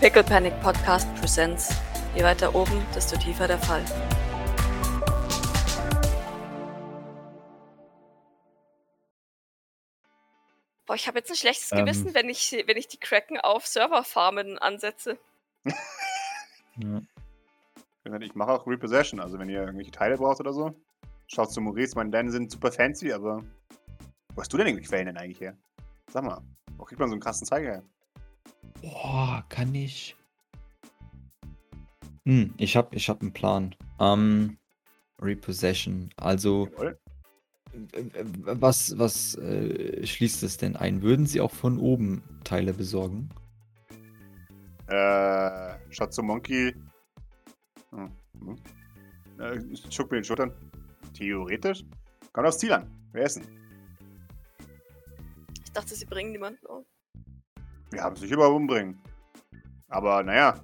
Pickle Panic Podcast presents. Je weiter oben, desto tiefer der Fall. Boah, ich habe jetzt ein schlechtes Ähm. Gewissen, wenn ich, wenn ich die Kraken auf Serverfarmen ansetze. Ja. Wie gesagt, Ich mache auch Repossession, also wenn ihr irgendwelche Teile braucht oder so, schaut zu Maurice, meine deine sind super fancy, aber wo hast du denn irgendwie Quellen denn eigentlich her? Sag mal, wo kriegt man so einen krassen Zeiger her? Boah, kann ich. Hm, ich hab, ich hab einen Plan. Ähm, Repossession. Also, Jawohl. äh, äh, was, was äh, schließt es denn ein? Würden Sie auch von oben Teile besorgen? Äh, schaut zu Monkey. Hm. hm. Äh, ich zuck mir den Schultern. Theoretisch? Kommt aufs Ziel an. Wer ist denn? Ich dachte, sie bringen niemanden um. Wir haben es nicht über umbringen. Aber naja.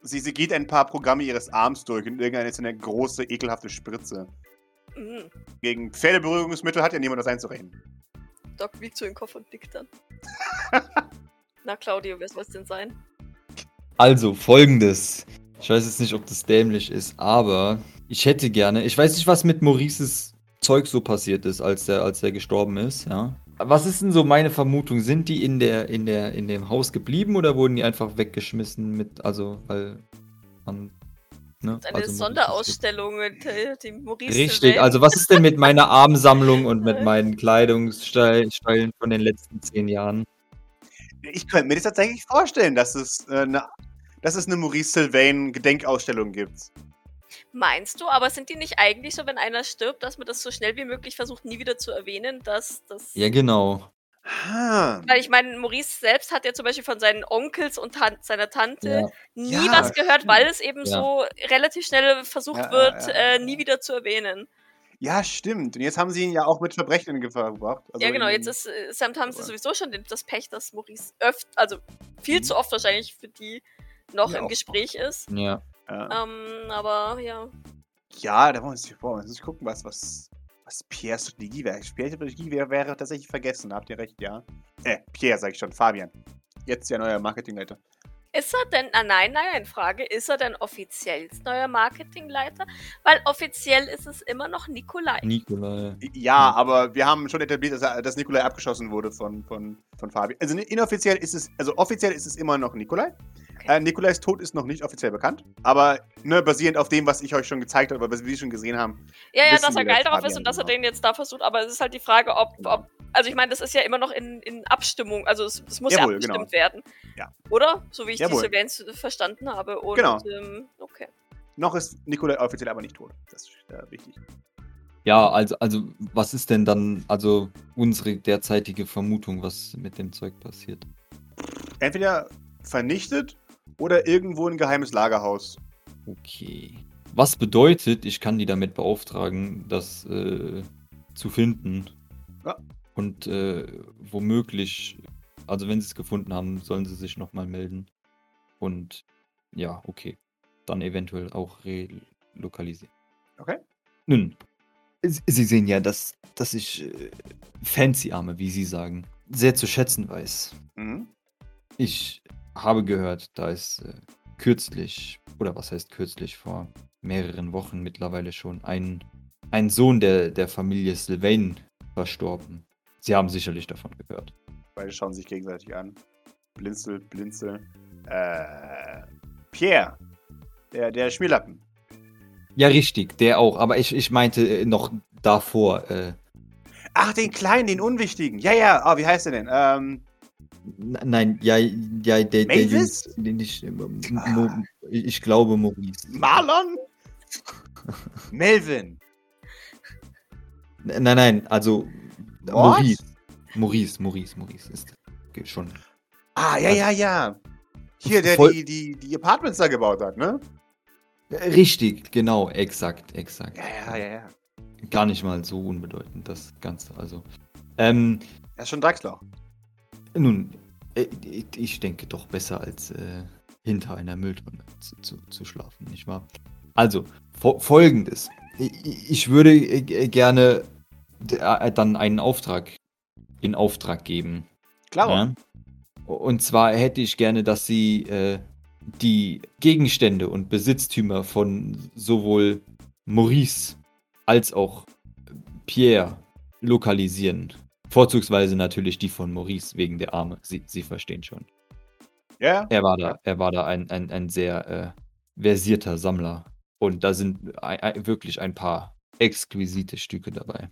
Sie, sie geht ein paar Programme ihres Arms durch und irgendeine ist eine große, ekelhafte Spritze. Mm. Gegen Pferdeberührungsmittel hat ja niemand was einzureden. Doc wiegt so den Kopf und nickt dann. Na, Claudio, wer soll es denn sein? Also, folgendes. Ich weiß jetzt nicht, ob das dämlich ist, aber ich hätte gerne. Ich weiß nicht, was mit Maurices Zeug so passiert ist, als der, als der gestorben ist, ja. Was ist denn so meine Vermutung? Sind die in der, in der, in dem Haus geblieben oder wurden die einfach weggeschmissen mit, also, weil man. Ne? Eine also Maurices- Sonderausstellung, äh, die Maurice. Richtig, also was ist denn mit meiner Armsammlung und mit meinen Kleidungssteilen von den letzten zehn Jahren? Ich könnte mir das tatsächlich vorstellen, dass es äh, eine, dass es eine Maurice Sylvain Gedenkausstellung gibt. Meinst du, aber sind die nicht eigentlich so, wenn einer stirbt, dass man das so schnell wie möglich versucht, nie wieder zu erwähnen, dass das. Ja, genau. Ah, Weil ich meine, Maurice selbst hat ja zum Beispiel von seinen Onkels und Tan seiner Tante Ja. nie Ja, was gehört, stimmt. weil es eben Ja. so relativ schnell versucht Ja, ja, wird, ja. Äh, nie wieder zu erwähnen. ja, stimmt. Und jetzt haben sie ihn ja auch mit Verbrechen in Gefahr gebracht. Also ja, genau, in- jetzt ist äh, sometimes ist aber- sowieso schon den- das Pech, dass Maurice öfter, also viel Mhm. zu oft wahrscheinlich für die noch Ja, im auch. Gespräch ist. Ja. Ja, Ähm, aber ja. ja da wollen wir uns vor. Lass uns gucken, was, was, was Pierres Strategie wäre. Pierres Strategie wäre, wäre tatsächlich vergessen. Da habt ihr recht, ja. Äh, Pierre, sag ich schon. Fabian. Jetzt ja neuer Marketingleiter. Ist er denn, ah nein, nein, nein, Frage, ist er denn offiziell neuer Marketingleiter? Weil offiziell ist es immer noch Nikolai. Nikolai. Ja, aber wir haben schon etabliert, dass, er- dass Nikolai abgeschossen wurde von, von, von Fabian. Also inoffiziell ist es, also offiziell ist es immer noch Nikolai. Okay. Äh, Nikolais Tod ist noch nicht offiziell bekannt, aber ne, basierend auf dem, was ich euch schon gezeigt habe, was wir schon gesehen haben. Ja, ja, wissen dass er wir geil jetzt, drauf ist Fabian, und dass er genau. den jetzt da versucht, aber es ist halt die Frage, ob, Genau. ob also ich meine, das ist ja immer noch in, in Abstimmung, also es, es muss ja Jawohl, abgestimmt genau. werden. Ja. Oder? So wie ich Jawohl. die Surveillance verstanden habe. Und, Genau. Ähm, okay. Noch ist Nikolai offiziell aber nicht tot. Das ist äh, wichtig. Ja, also, also was ist denn dann, also unsere derzeitige Vermutung, was mit dem Zeug passiert? Entweder vernichtet oder irgendwo ein geheimes Lagerhaus. Okay. Was bedeutet, ich kann die damit beauftragen, das äh, zu finden? Ja. Und äh, womöglich, also wenn sie es gefunden haben, sollen sie sich nochmal melden. Und ja, okay. Dann eventuell auch relokalisieren. Okay. Nun, Sie Sie sehen ja, dass, dass ich äh, Fancy-Arme, wie Sie sagen, sehr zu schätzen weiß. Mhm. Ich habe gehört, da es äh, kürzlich, oder was heißt kürzlich, vor mehreren Wochen mittlerweile schon ein, ein Sohn der, der Familie Sylvain verstorben. Sie haben sicherlich davon gehört. Beide schauen sich gegenseitig an. Blinzel, blinzel. Äh, Pierre, der, der Schmierlappen. Ja, richtig, der auch, aber ich, ich meinte äh, noch davor. Äh, Ach, den kleinen, den unwichtigen. Ja, ja. Ah, wie heißt er denn? Ähm, n- nein, ja, ja, der, der Mavis? Jungs- nee, nicht, äh, Mo- Ah. Mo- ich glaube Maurice. Marlon? Melvin. N- Nein, nein, also What? Maurice. Maurice, Maurice, Maurice ist schon Ah, ja, ja, ja. Hier, der Voll- die, die, die Apartments da gebaut hat, ne? Richtig, genau, exakt, exakt. ja. Gar nicht mal so unbedeutend, das Ganze. Also, ähm, Das ist schon Dachsloch. nun, äh, ich ich denke doch besser als äh, hinter einer Mülltonne zu, zu, zu schlafen, nicht wahr? Also, fo folgendes. Ich, ich würde äh, gerne d- äh, dann einen Auftrag in Auftrag geben. Klar. Ja? Und zwar hätte ich gerne, dass Sie äh, die Gegenstände und Besitztümer von sowohl Maurice als auch Pierre lokalisieren. Vorzugsweise natürlich die von Maurice wegen der Arme. Sie, Sie verstehen schon. Ja, ja. Er war da, er war da ein, ein, ein sehr äh, versierter Sammler. Und da sind ei- ei- wirklich ein paar exquisite Stücke dabei.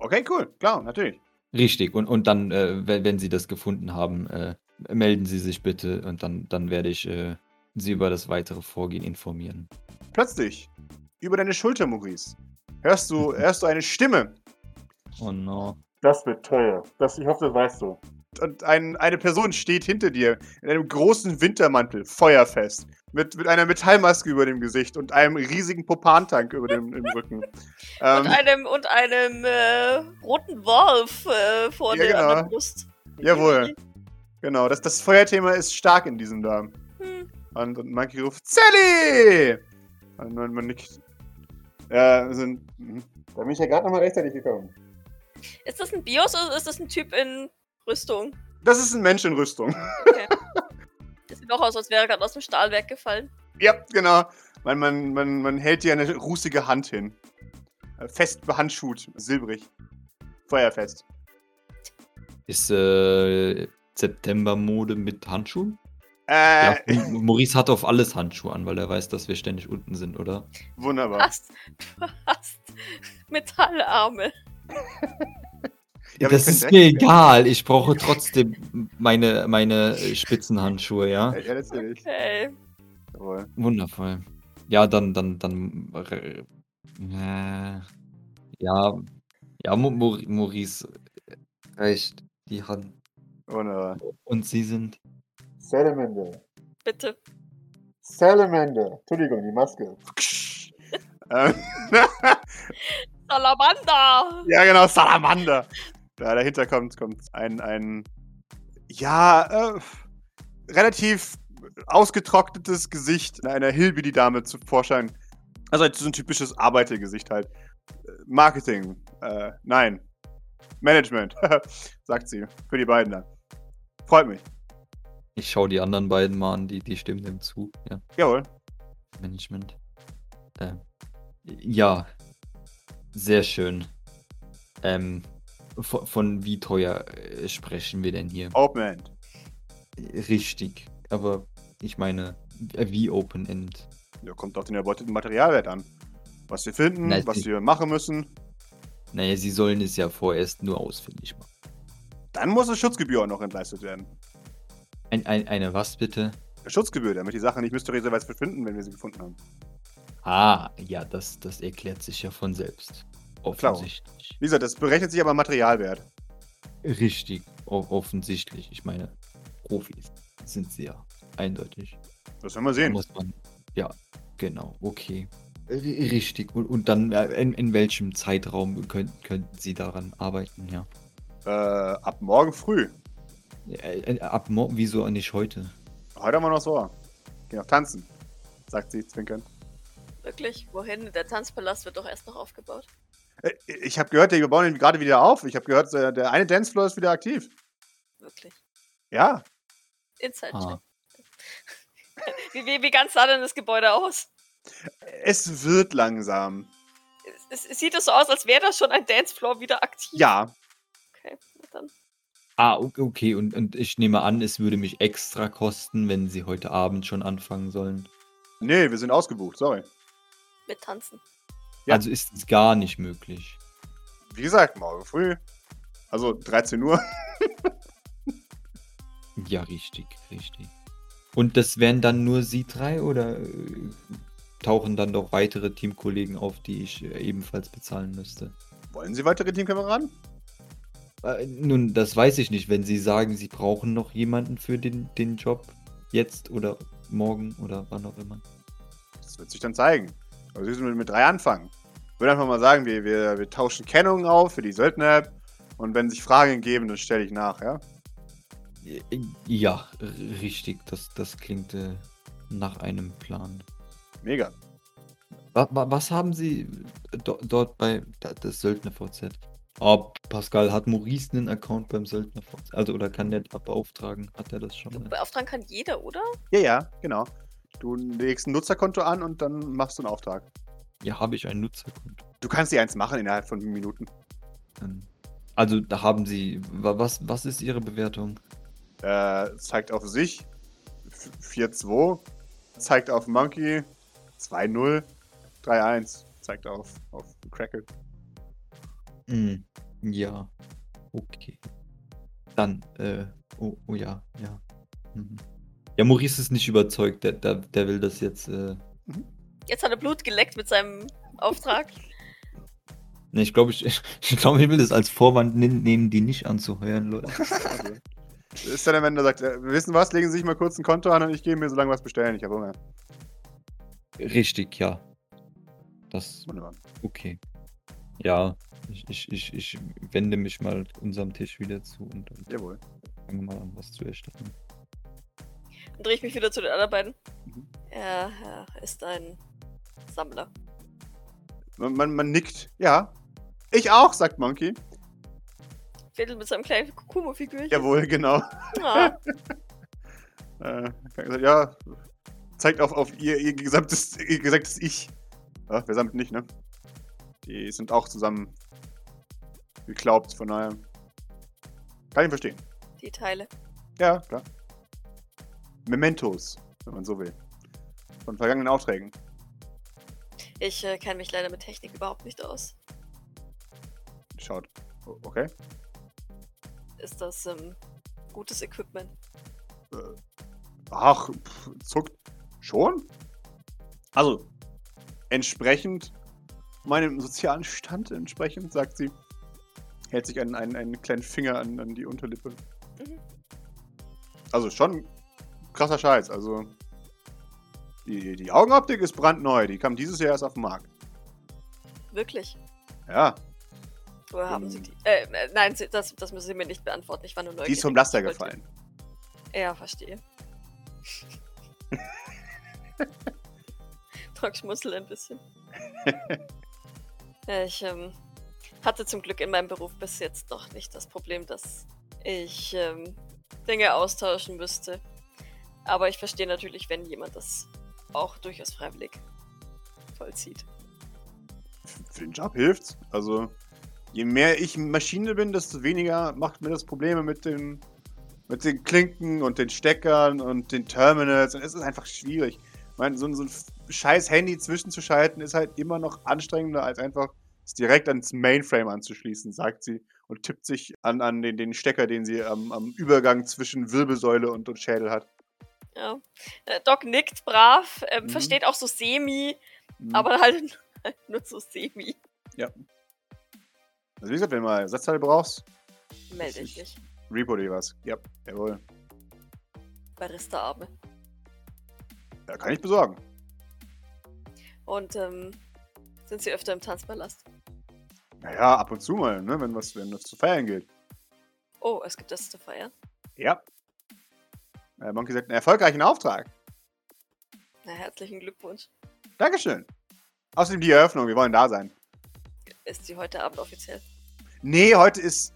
Okay, cool. Klar, natürlich. Richtig. Und, und dann, äh, wenn, wenn Sie das gefunden haben, äh, melden Sie sich bitte und dann, dann werde ich äh, Sie über das weitere Vorgehen informieren. Plötzlich, über deine Schulter, Maurice, hörst du, hörst du eine Stimme. Oh no. Das wird teuer. Das, ich hoffe, das weißt du. Und ein, eine Person steht hinter dir in einem großen Wintermantel, feuerfest, mit, mit einer Metallmaske über dem Gesicht und einem riesigen Popantank über dem im Rücken. Und Ähm, einem, und einem äh, roten Wolf äh, vor Ja, der, an der genau. Brust. jawohl. Genau, das, das Feuerthema ist stark in diesem da. Hm. Und, und Monkey ruft, Sally! Und man, man nickt. Ja, also, mhm. sind. Da bin ich ja gerade nochmal rechtzeitig gekommen. Ist das ein Bios oder ist das ein Typ in Rüstung? Das ist ein Mensch in Rüstung. Das sieht doch aus, als wäre er gerade aus dem Stahlwerk gefallen. Ja, genau. Man, man, man, man hält dir eine rußige Hand hin. Äh, Fest behandschuht, silbrig. Feuerfest. Ist äh, Septembermode mit Handschuhen? Äh, Ja, M- Maurice hat auf alles Handschuhe an, weil er weiß, dass wir ständig unten sind, oder? Du wunderbar. hast, du hast Metallarme. Ja, aber das ich ist bin mir recht, ja. egal. Ich brauche trotzdem meine, meine äh, Spitzenhandschuhe, ja? Ja, letztendlich. Okay. Jawohl. Wundervoll. Ja, dann, dann, dann. äh, äh, Ja, ja, Mo- Mo- Maurice äh, reicht die Hand. Wunderbar. Und sie sind. Salamander. Bitte. Salamander. Entschuldigung, die Maske. Ähm, Salamander! ja, genau, Salamander. Da dahinter kommt, kommt ein, ein ja, äh, relativ ausgetrocknetes Gesicht einer Hillbilly-Dame zu Vorschein. Also halt so ein typisches Arbeitergesicht halt. Äh, Marketing, äh, nein. Management, sagt sie. Für die beiden dann. Freut mich. Ich schaue die anderen beiden mal an, die, die stimmen dem zu. Ja, Jawohl. Management. Äh, ja, sehr schön. Ähm, von, von wie teuer äh, sprechen wir denn hier? Open End. Richtig, aber ich meine, äh, wie open-end? Ja, kommt auf den erbeuteten Materialwert an. Was wir finden, Nice. was wir machen müssen. Naja, sie sollen es ja vorerst nur ausfindig machen. Dann muss eine Schutzgebühr auch noch entleistet werden. Ein, ein, eine was bitte? Eine Schutzgebühr, damit die Sache nicht mysteriöserweise verschwinden, wenn wir sie gefunden haben. Ah, ja, das, das erklärt sich ja von selbst. Offensichtlich. Wie gesagt, das berechnet sich aber am Materialwert. Richtig, o offensichtlich. Ich meine, Profis sind sie ja. Eindeutig. Das werden wir sehen. Muss man. Ja, genau, okay. R richtig. Und, und dann, äh, in, in welchem Zeitraum könnten, könnten sie daran arbeiten, ja? Äh, ab morgen früh. Äh, äh, Ab morgen, wieso nicht heute? Heute haben wir noch so. Gehen noch tanzen, sagt sie zwinkern. Wirklich? Wohin? Der Tanzpalast wird doch erst noch aufgebaut. Äh, ich habe gehört, wir bauen ihn gerade wieder auf. Ich habe gehört, äh, der eine Dancefloor ist wieder aktiv. Wirklich. Ja, Inside-Check. Ah. Wie, wie, wie ganz sah denn das Gebäude aus? es wird langsam. Es, es sieht es so aus, als wäre das schon ein Dancefloor wieder aktiv. Ja, Okay, na dann. Ah, o- okay, und, und ich nehme an, es würde mich extra kosten, wenn sie heute Abend schon anfangen sollen. nee, wir sind ausgebucht, sorry. Mit Tanzen. Ja. Also ist es gar nicht möglich. Wie gesagt, morgen früh. Also 13 Uhr. Ja, richtig, richtig. Und das wären dann nur Sie drei oder äh, tauchen dann noch weitere Teamkollegen auf, die ich äh, ebenfalls bezahlen müsste? Wollen Sie weitere Teamkameraden? Äh, nun, das weiß ich nicht, wenn Sie sagen, Sie brauchen noch jemanden für den, den Job, jetzt oder morgen oder wann auch immer. Das wird sich dann zeigen. Also wir müssen mit, mit drei anfangen. Ich würde einfach mal sagen, wir, wir, wir tauschen Kennungen auf für die Söldner-App. Und wenn sich Fragen geben, dann stelle ich nach, ja? Äh, Ja, r- richtig, das, das klingt äh, nach einem Plan. Mega. Wa- wa- Was haben Sie do dort bei da- das Söldner VZ? Oh, Pascal, hat Maurice einen Account beim Söldner VZ? Also, oder kann der da beauftragen? Hat er das schon? Beauftragen kann jeder, oder? Ja, ja, genau. Du legst ein Nutzerkonto an und dann machst du einen Auftrag. Ja, habe ich ein Nutzerkonto. Du kannst dir eins machen innerhalb von Minuten. Ähm, Also da haben sie. wa- Was, was ist ihre Bewertung? Äh, zeigt auf sich f- 4-2. Zeigt auf Monkey 2-0. 3-1. Zeigt auf, auf Crackle. Hm, Ja. Okay. Dann, äh, oh, oh ja, ja. Mhm. Ja, Maurice ist nicht überzeugt, der, der, der will das jetzt. Äh, Jetzt hat er Blut geleckt mit seinem Auftrag. ne, ich glaube, ich, ich, glaub, ich will das als Vorwand ne- nehmen, die nicht anzuheuern, Leute. Okay. Ist dann am Ende sagt, äh, wissen was, legen Sie sich mal kurz ein Konto an und ich gehe mir so lange was bestellen. Ich habe Hunger. Richtig, ja. Das Wunderbar. Okay. Ja, ich, ich, ich, ich wende mich mal unserem Tisch wieder zu und dann Jawohl. fange mal an, was zu erstellen. Dann drehe ich mich wieder zu den anderen beiden. Mhm. Er, er ist ein Sammler. Man, man, man nickt. Ja. Ich auch, sagt Monkey. Fiddle mit seinem kleinen Kukumo-Figürchen. Jawohl, genau. Ah, Äh, gesagt, ja, zeigt auf, auf ihr, ihr, gesamtes, ihr gesamtes Ich. Ja, wir sammelt nicht, ne? Die sind auch zusammen geglaubt, von daher. Kann ich verstehen. die Teile. Ja, klar. Mementos, wenn man so will. Von vergangenen Aufträgen. Ich äh, kenne mich leider mit Technik überhaupt nicht aus. Schaut. O- Okay. Ist das ähm, gutes Equipment? Ach, pff, zuckt. Schon? Also, entsprechend, meinem sozialen Stand entsprechend, sagt sie, hält sich einen, einen, einen kleinen Finger an, an die Unterlippe. Mhm. Also schon krasser Scheiß. Also, die, die Augenoptik ist brandneu. Die kam dieses Jahr erst auf den Markt. Wirklich? Ja, Woher haben Ähm. Sie die? Äh, äh, nein, Sie- das, das müssen Sie mir nicht beantworten. Ich war nur die neugierig. ist vom Laster Ich wollte- gefallen. Ja, verstehe. Doc schmutzelt ein bisschen. Ja, ich ähm, hatte zum Glück in meinem Beruf bis jetzt noch nicht das Problem, dass ich ähm, Dinge austauschen müsste. Aber ich verstehe natürlich, wenn jemand das auch durchaus freiwillig vollzieht. F- Für den Job hilft's. Also, je mehr ich Maschine bin, desto weniger macht mir das Probleme mit den, mit den Klinken und den Steckern und den Terminals. Und es ist einfach schwierig. Ich meine, so, ein- so ein scheiß Handy zwischenzuschalten ist halt immer noch anstrengender, als einfach es direkt ans Mainframe anzuschließen, sagt sie und tippt sich an, an den, den Stecker, den sie am, am Übergang zwischen Wirbelsäule und, und Schädel hat. Ja. Äh, Doc nickt brav, ähm, Mhm. versteht auch so semi, Mhm. aber halt nur so semi. Also, wie gesagt, wenn du mal Ersatzteile brauchst, Melde Das ich ist- mich. repo dir was. Ja, jawohl. Barista-Arme. Ja, kann ich besorgen. Und ähm, sind sie öfter im Tanzballast? Naja, ab und zu mal, ne? wenn was wenn was zu feiern gilt. Oh, es gibt das zu feiern. Ja. Äh, Monkey sagt, einen erfolgreichen Auftrag. Na, herzlichen Glückwunsch. Dankeschön. Außerdem die Eröffnung, wir wollen da sein. Ist sie heute Abend offiziell? Nee, heute ist.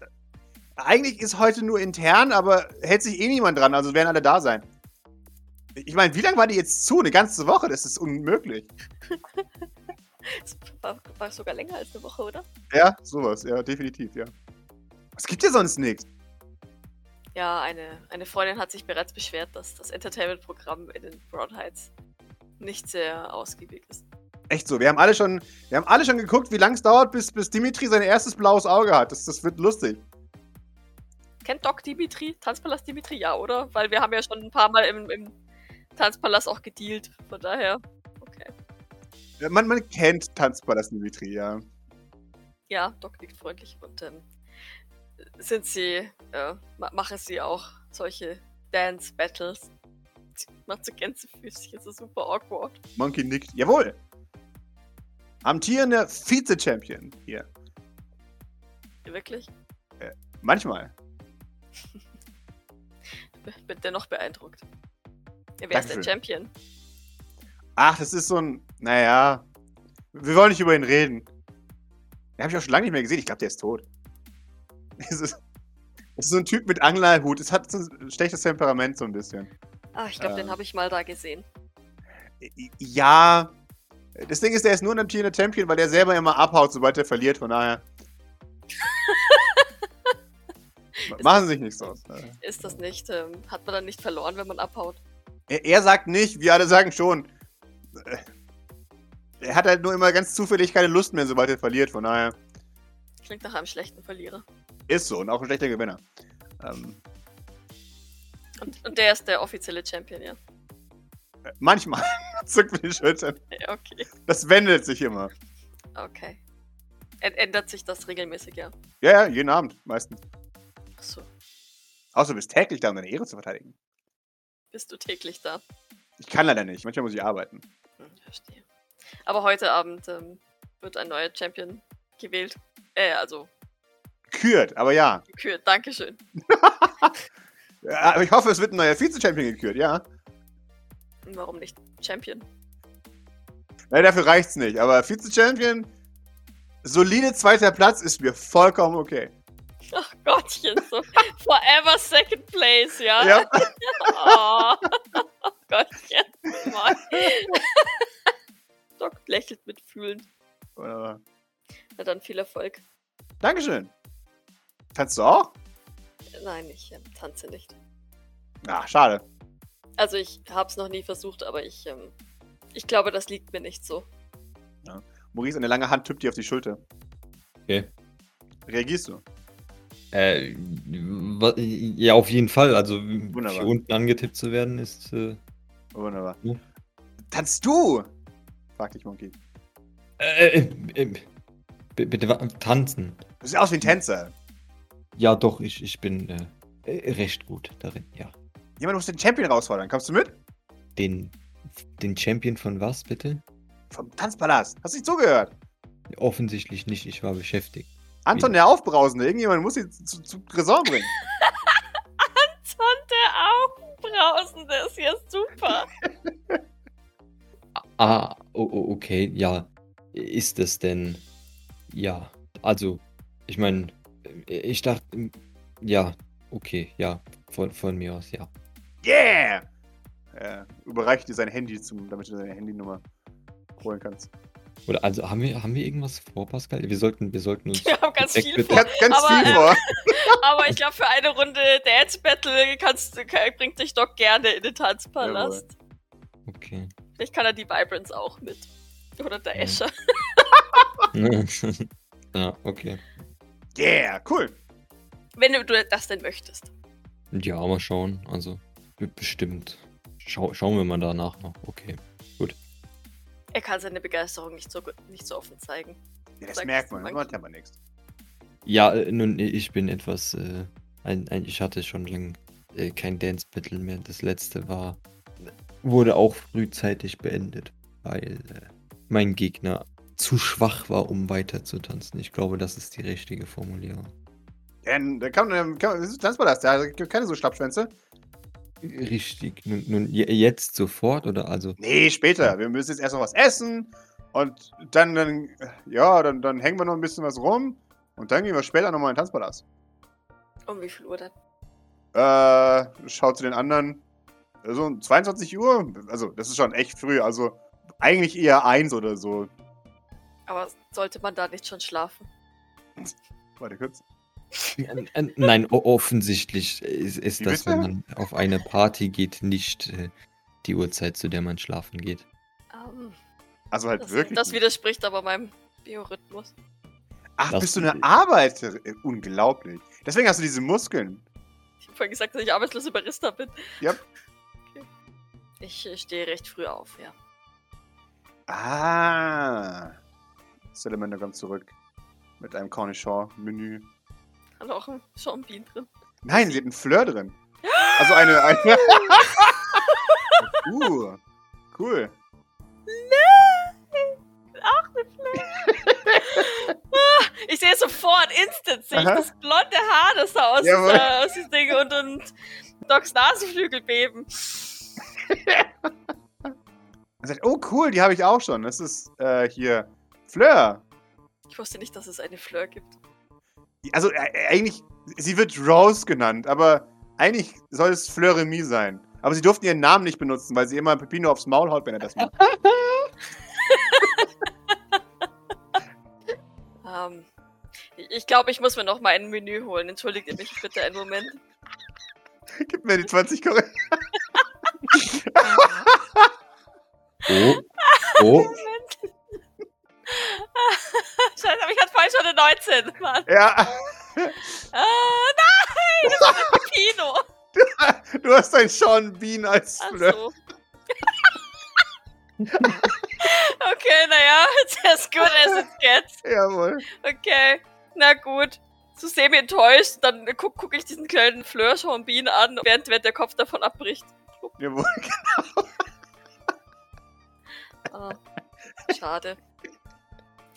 Eigentlich ist heute nur intern, aber hält sich eh niemand dran, also werden alle da sein. Ich meine, wie lange war die jetzt zu? Eine ganze Woche? Das ist unmöglich. Es war, war sogar länger als eine Woche, oder? Ja, sowas, ja, definitiv, ja. Es gibt ja sonst nichts. Ja, eine, eine Freundin hat sich bereits beschwert, dass das Entertainment-Programm in den Broad Heights nicht sehr ausgiebig ist. Echt so, wir haben alle schon, wir haben alle schon geguckt, wie lange es dauert, bis, bis Dimitri sein erstes blaues Auge hat. Das, das wird lustig. Kennt Doc Dimitri? Tanzpalast Dimitri? Ja, oder? Weil wir haben ja schon ein paar Mal im, im Tanzpalast auch gedealt. Von daher, okay. Ja, Man, man kennt Tanzpalast Dimitri, ja. Ja, Doc nickt freundlich und ähm, sind sie, äh, ma machen sie auch solche Dance-Battles. Sie Macht so Gänsefüßchen, das ist super awkward. Monkey nickt. Jawohl! Amtierender Vize-Champion hier. Wirklich, Manchmal. b- bin dennoch beeindruckt. Ja, wer ist der Dankeschön. Champion? Ach, das ist so ein. Naja. Wir wollen nicht über ihn reden. Den habe ich auch schon lange nicht mehr gesehen. Ich glaube, der ist tot. Es ist, es ist so ein Typ mit Anglerhut. Es hat so ein schlechtes Temperament so ein bisschen. Ah, ich glaube, Ähm. den habe ich mal da gesehen. ja. Das Ding ist, er ist nur ein amtierender Champion, weil er selber immer abhaut, sobald er verliert, von daher. Ma- Machen Sie sich nichts aus. Ist das nicht, ähm, hat man dann nicht verloren, wenn man abhaut? Er, er sagt nicht, wir alle sagen schon. Äh, Er hat halt nur immer ganz zufällig keine Lust mehr, sobald er verliert, von daher. Klingt nach einem schlechten Verlierer. Ist so und auch ein schlechter Gewinner. Ähm, Und, und der ist der offizielle Champion, ja. manchmal zuckt mir die Schultern. Ja, Okay, Das wendet sich immer. okay. Ä- ändert sich das regelmäßig, ja. Ja, ja, jeden Abend meistens. Achso, Außer du bist täglich da, um deine Ehre zu verteidigen. bist du täglich da? Ich kann leider nicht. Manchmal muss ich arbeiten. Hm, verstehe. Aber heute Abend ähm, wird ein neuer Champion gewählt. Äh, also Gekürt, aber ja. gekürt. Dankeschön. Ja, Ah, Aber ich hoffe, es wird ein neuer Vize-Champion gekürt, ja. Warum nicht Champion? Nein, dafür reicht's nicht. Aber Vize-Champion, solide zweiter Platz ist mir vollkommen okay. Ach Gottchen, so forever second place, ja? Ja, Oh. Gottchen. Mann. Doc lächelt mit Fühlen. wunderbar. Na dann viel Erfolg. Dankeschön. Kannst du auch? Nein, ich ähm, tanze nicht. Ah, schade. Also ich hab's noch nie versucht, aber ich, ähm, ich glaube, das liegt mir nicht so. Maurice, eine lange Hand tippt dir auf die Schulter. Okay. Reagierst du? Äh, wa- ja, auf jeden Fall. Also Wunderbar. hier unten angetippt zu werden ist. Äh, Wunderbar. Ja. Tanzt du? Frag dich, Monkey. äh, äh, äh, b- bitte wa- tanzen. Du siehst aus wie ein Tänzer. Ja, doch, ich, ich bin äh, äh, recht gut darin, ja. Jemand muss den Champion herausfordern. Kommst du mit? Den, den Champion von was bitte? Vom Tanzpalast. Hast du nicht zugehört? Offensichtlich nicht, ich war beschäftigt. Anton, der Aufbrausende. Irgendjemand muss ihn zu, zu Ressort bringen. Und der Augenbrausende ist ja super. Ah, oh, oh, okay, ja. Ist es denn? Ja, also, ich meine, ich dachte, ähm, ja, okay, ja, von, von mir aus, ja. Yeah! Er überreicht dir sein Handy, zum, damit du deine Handynummer holen kannst. Oder also haben wir, haben wir irgendwas vor, Pascal? Wir sollten, wir sollten uns. Wir haben ganz Perfekt, viel bitte. vor. Ganz, ganz Aber, viel äh, vor. Aber ich glaube, für eine Runde Dance Battle kannst, du- kann- bringt dich Doc gerne in den Tanzpalast. Okay. Vielleicht kann er die Vibrance auch mit. Oder der Mhm. Escher. ja, okay. Yeah, cool. Wenn du- du das denn möchtest. Ja, mal schauen. Also, b- bestimmt. Schau, schauen wir mal danach noch. Okay. Er kann seine Begeisterung nicht so, gut- nicht so offen zeigen. Ja, das Sagst merkt du, man. Man Monkey? hat aber nichts. Ja, äh, nun, ich bin etwas. Äh, ein, ein, ich hatte schon lange äh, kein Dance-Battle mehr. Das letzte war. Wurde auch frühzeitig beendet, weil äh, mein Gegner zu schwach war, um weiter zu tanzen. Ich glaube, das ist die richtige Formulierung. Denn da kann man, ähm, kann man das ist Tanzpalast. Da gibt keine so Schlappschwänze. Richtig. Nun, nun je- jetzt sofort oder also. Nee, später. Wir müssen jetzt erst noch was essen. Und dann, dann äh, ja, dann, dann hängen wir noch ein bisschen was rum. Und dann gehen wir später nochmal in den Tanzpalast. Um wie viel Uhr dann? Äh, schaut zu den anderen. So um 22 Uhr. Also, das ist schon echt früh. Also, eigentlich eher eins oder so. Aber sollte man da nicht schon schlafen? Warte kurz. Äh, äh, Nein, o- offensichtlich ist, Wie ist das, bitte? wenn man auf eine Party geht, nicht äh, die Uhrzeit, zu der man schlafen geht. Ähm, Also halt das, wirklich. das nicht. widerspricht aber meinem Biorhythmus. Ach, Das- bist du eine Arbeiterin? Unglaublich. Deswegen hast du diese Muskeln. Ich habe vorhin gesagt, dass ich arbeitslose Barista bin. Yep. Okay. Ich äh, stehe recht früh auf, ja. Ah. Salamander kommt zurück. Mit einem Cornichon-Menü. Hat auch ein Champignon drin. Nein, sie hat einen Fleur drin. Also eine. eine uh, cool. Ich sehe sofort, instant sehe ich Aha. das blonde Haar, das da aus, Jawohl. äh, aus diesem Ding und, und Docs Nasenflügel beben. Und sagt, oh cool, die habe ich auch schon. Das ist äh, hier Fleur. Ich wusste nicht, dass es eine Fleur gibt. Also äh, eigentlich, sie wird Rose genannt, aber eigentlich soll es Fleur Remy sein. Aber sie durften ihren Namen nicht benutzen, weil sie immer Pepino aufs Maul haut, wenn er das macht. Ähm, ich- ich glaube, ich muss mir noch mal ein Menü holen. Entschuldigt ihr mich bitte einen Moment. Gib mir die 20 Korrektur. Oh. Oh. Scheiße, aber ich hatte vorhin schon eine 19. Mann. Ja, Äh, nein! Das ist Pino. du hast ein Sean Bean als Ach Fleur. so. okay, naja, it's as good as it gets. Jawohl. Okay, na gut. So semi enttäuscht, dann gucke guck ich diesen kleinen Fleur Sean Bean an, während, während der Kopf davon abbricht. Jawohl. Ah, schade.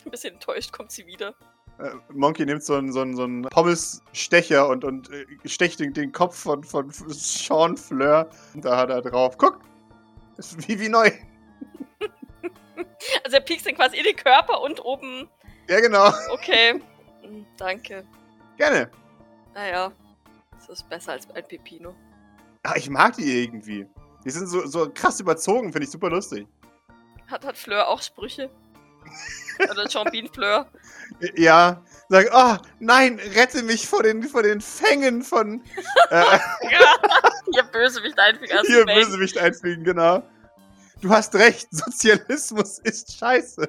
Ein bisschen enttäuscht kommt sie wieder. Äh, Monkey nimmt so einen, so einen, so einen Pommes-Stecher und, und äh, stecht den, den Kopf von, von Sean Fleur. Und da hat er drauf. Guck! Ist wie, wie neu. Also er piekst ihn quasi in den Körper und oben. Ja, genau. Okay. Hm, Danke. Gerne. Naja. Das ist besser als ein Pepino. Ach, Ah, ich mag die irgendwie. Die sind so, so krass überzogen, finde ich super lustig. Hat, hat Fleur auch Sprüche? Oder Sean Bean Fleur? Äh, Ja. Sag, oh, nein, rette mich vor den, vor den Fängen von. Äh, Ja, ihr Bösewicht einfach erst hier weg. Bösewicht einfliegen, genau. Du hast recht, Sozialismus ist scheiße.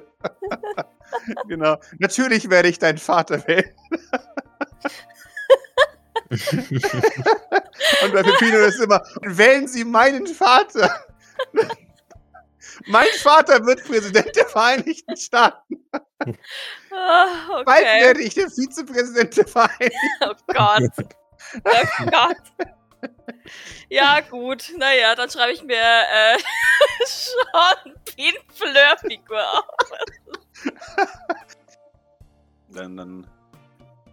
genau. Natürlich werde ich deinen Vater wählen. Und bei Pepino ist immer, wählen Sie meinen Vater. mein Vater wird Präsident der Vereinigten Staaten. Ah, Bald okay. werde ich der Vizepräsident der Vereinigten Oh Gott. Oh Gott. Ja, gut. Naja, dann schreibe ich mir äh, Sean Bean Fleur Figur auf. Dann, dann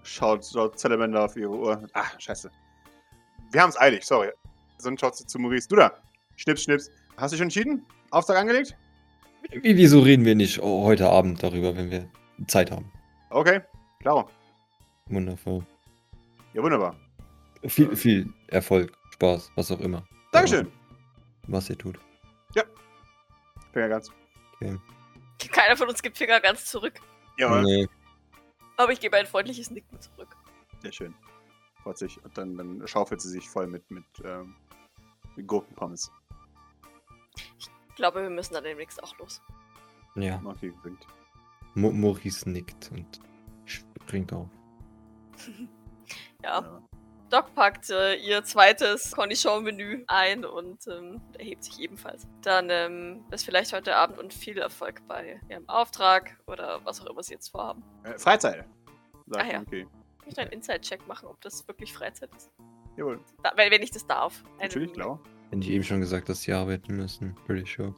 schaut, schaut Salamander auf ihre Uhr. Ach, scheiße. Wir haben es eilig, sorry. Sonst schaut sie zu Maurice. Du da, schnips, schnips. Hast du dich entschieden? Auftrag angelegt? Wie, wieso reden wir nicht oh, heute Abend darüber, wenn wir Zeit haben? Okay, klar. Wundervoll. Ja, wunderbar. Viel, viel Erfolg, Spaß, was auch immer. Dankeschön. Was ihr tut. Finger ganz. Keiner von uns gibt Finger ganz zurück. Jawohl. Nee. Aber ich gebe ein freundliches Nicken zurück. Sehr schön. Freut sich. Und dann, dann schaufelt sie sich voll mit, mit, ähm, mit Gurkenpommes. Ich glaube, wir müssen dann demnächst auch los. Ja. Okay, gewinkt. Mo Maurice nickt und springt auf. Ja. Doc packt äh, ihr zweites Cornichon-Menü ein und ähm, erhebt sich ebenfalls. Dann ähm, bis vielleicht heute Abend und viel Erfolg bei ihrem Auftrag oder was auch immer sie jetzt vorhaben. Äh, Freizeit. Sagt Ah, ja. okay. Kann ich einen Inside-Check machen, ob das wirklich Freizeit ist? Jawohl. Da, wenn, wenn ich das darf. Eine Natürlich, Minute. klar. Hätte ich eben schon gesagt, dass sie arbeiten müssen. Pretty sure.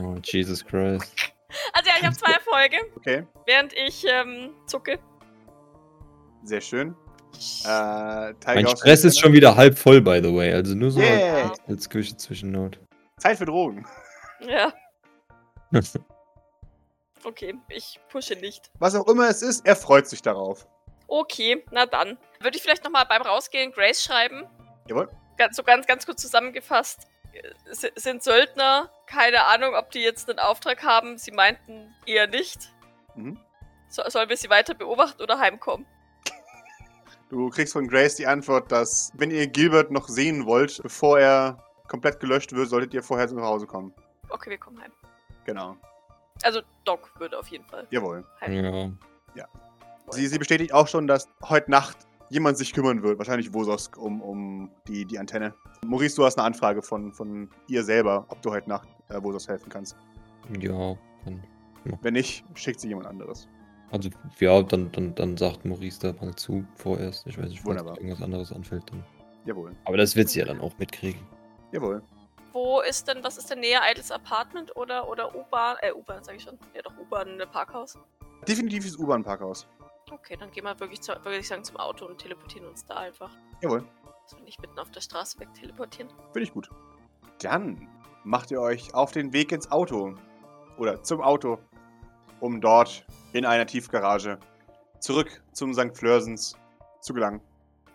Oh, Jesus Christ. Also ja, ich habe zwei Erfolge, Okay, während ich ähm, zucke. sehr schön. Äh, Ja, Mein Stress ist schon wieder halb voll, by the way. Also nur so als- Yeah. als Küche Zwischennot. Zeit für Drogen. okay, ich pushe nicht. Was auch immer es ist, er freut sich darauf. Okay, na dann. Würde ich vielleicht nochmal beim Rausgehen Grace schreiben? Jawohl. ganz, so ganz, ganz kurz zusammengefasst, äh, si- sind Söldner, keine Ahnung, ob die jetzt einen Auftrag haben, sie meinten eher nicht. Mhm. So, sollen wir sie weiter beobachten oder heimkommen? Du kriegst von Grace die Antwort, dass, wenn ihr Gilbert noch sehen wollt, bevor er komplett gelöscht wird, solltet ihr vorher nach Hause kommen. Okay, wir kommen heim. Genau. Also Doc würde auf jeden Fall. Jawohl. Ja. Sie, sie bestätigt auch schon, dass heute Nacht jemand sich kümmern wird, wahrscheinlich Wososk, um, um die, die Antenne. Maurice, du hast eine Anfrage von, von ihr selber, ob du heute Nacht äh, Wososk helfen kannst. Ja. Dann, Wenn nicht, schickt sie jemand anderes. also, ja, dann, dann, dann sagt Maurice da mal zu vorerst. Ich weiß nicht, falls Wunderbar. irgendwas anderes anfällt. Dann. Jawohl. Aber das wird sie ja dann auch mitkriegen. Jawohl. Wo ist denn, was ist denn näher? Eitles Apartment oder, oder U-Bahn? Äh, U-Bahn, sag ich schon. Ja, doch, U-Bahn, äh, Parkhaus. Definitiv ist U-Bahn-Parkhaus. Okay, dann gehen wir wirklich, zu, würde ich sagen, zum Auto und teleportieren uns da einfach. Jawohl. Also nicht mitten auf der Straße weg teleportieren. Finde ich gut. Dann macht ihr euch auf den Weg ins Auto. Oder zum Auto. Um dort in einer Tiefgarage zurück zum St. Flörsens zu gelangen.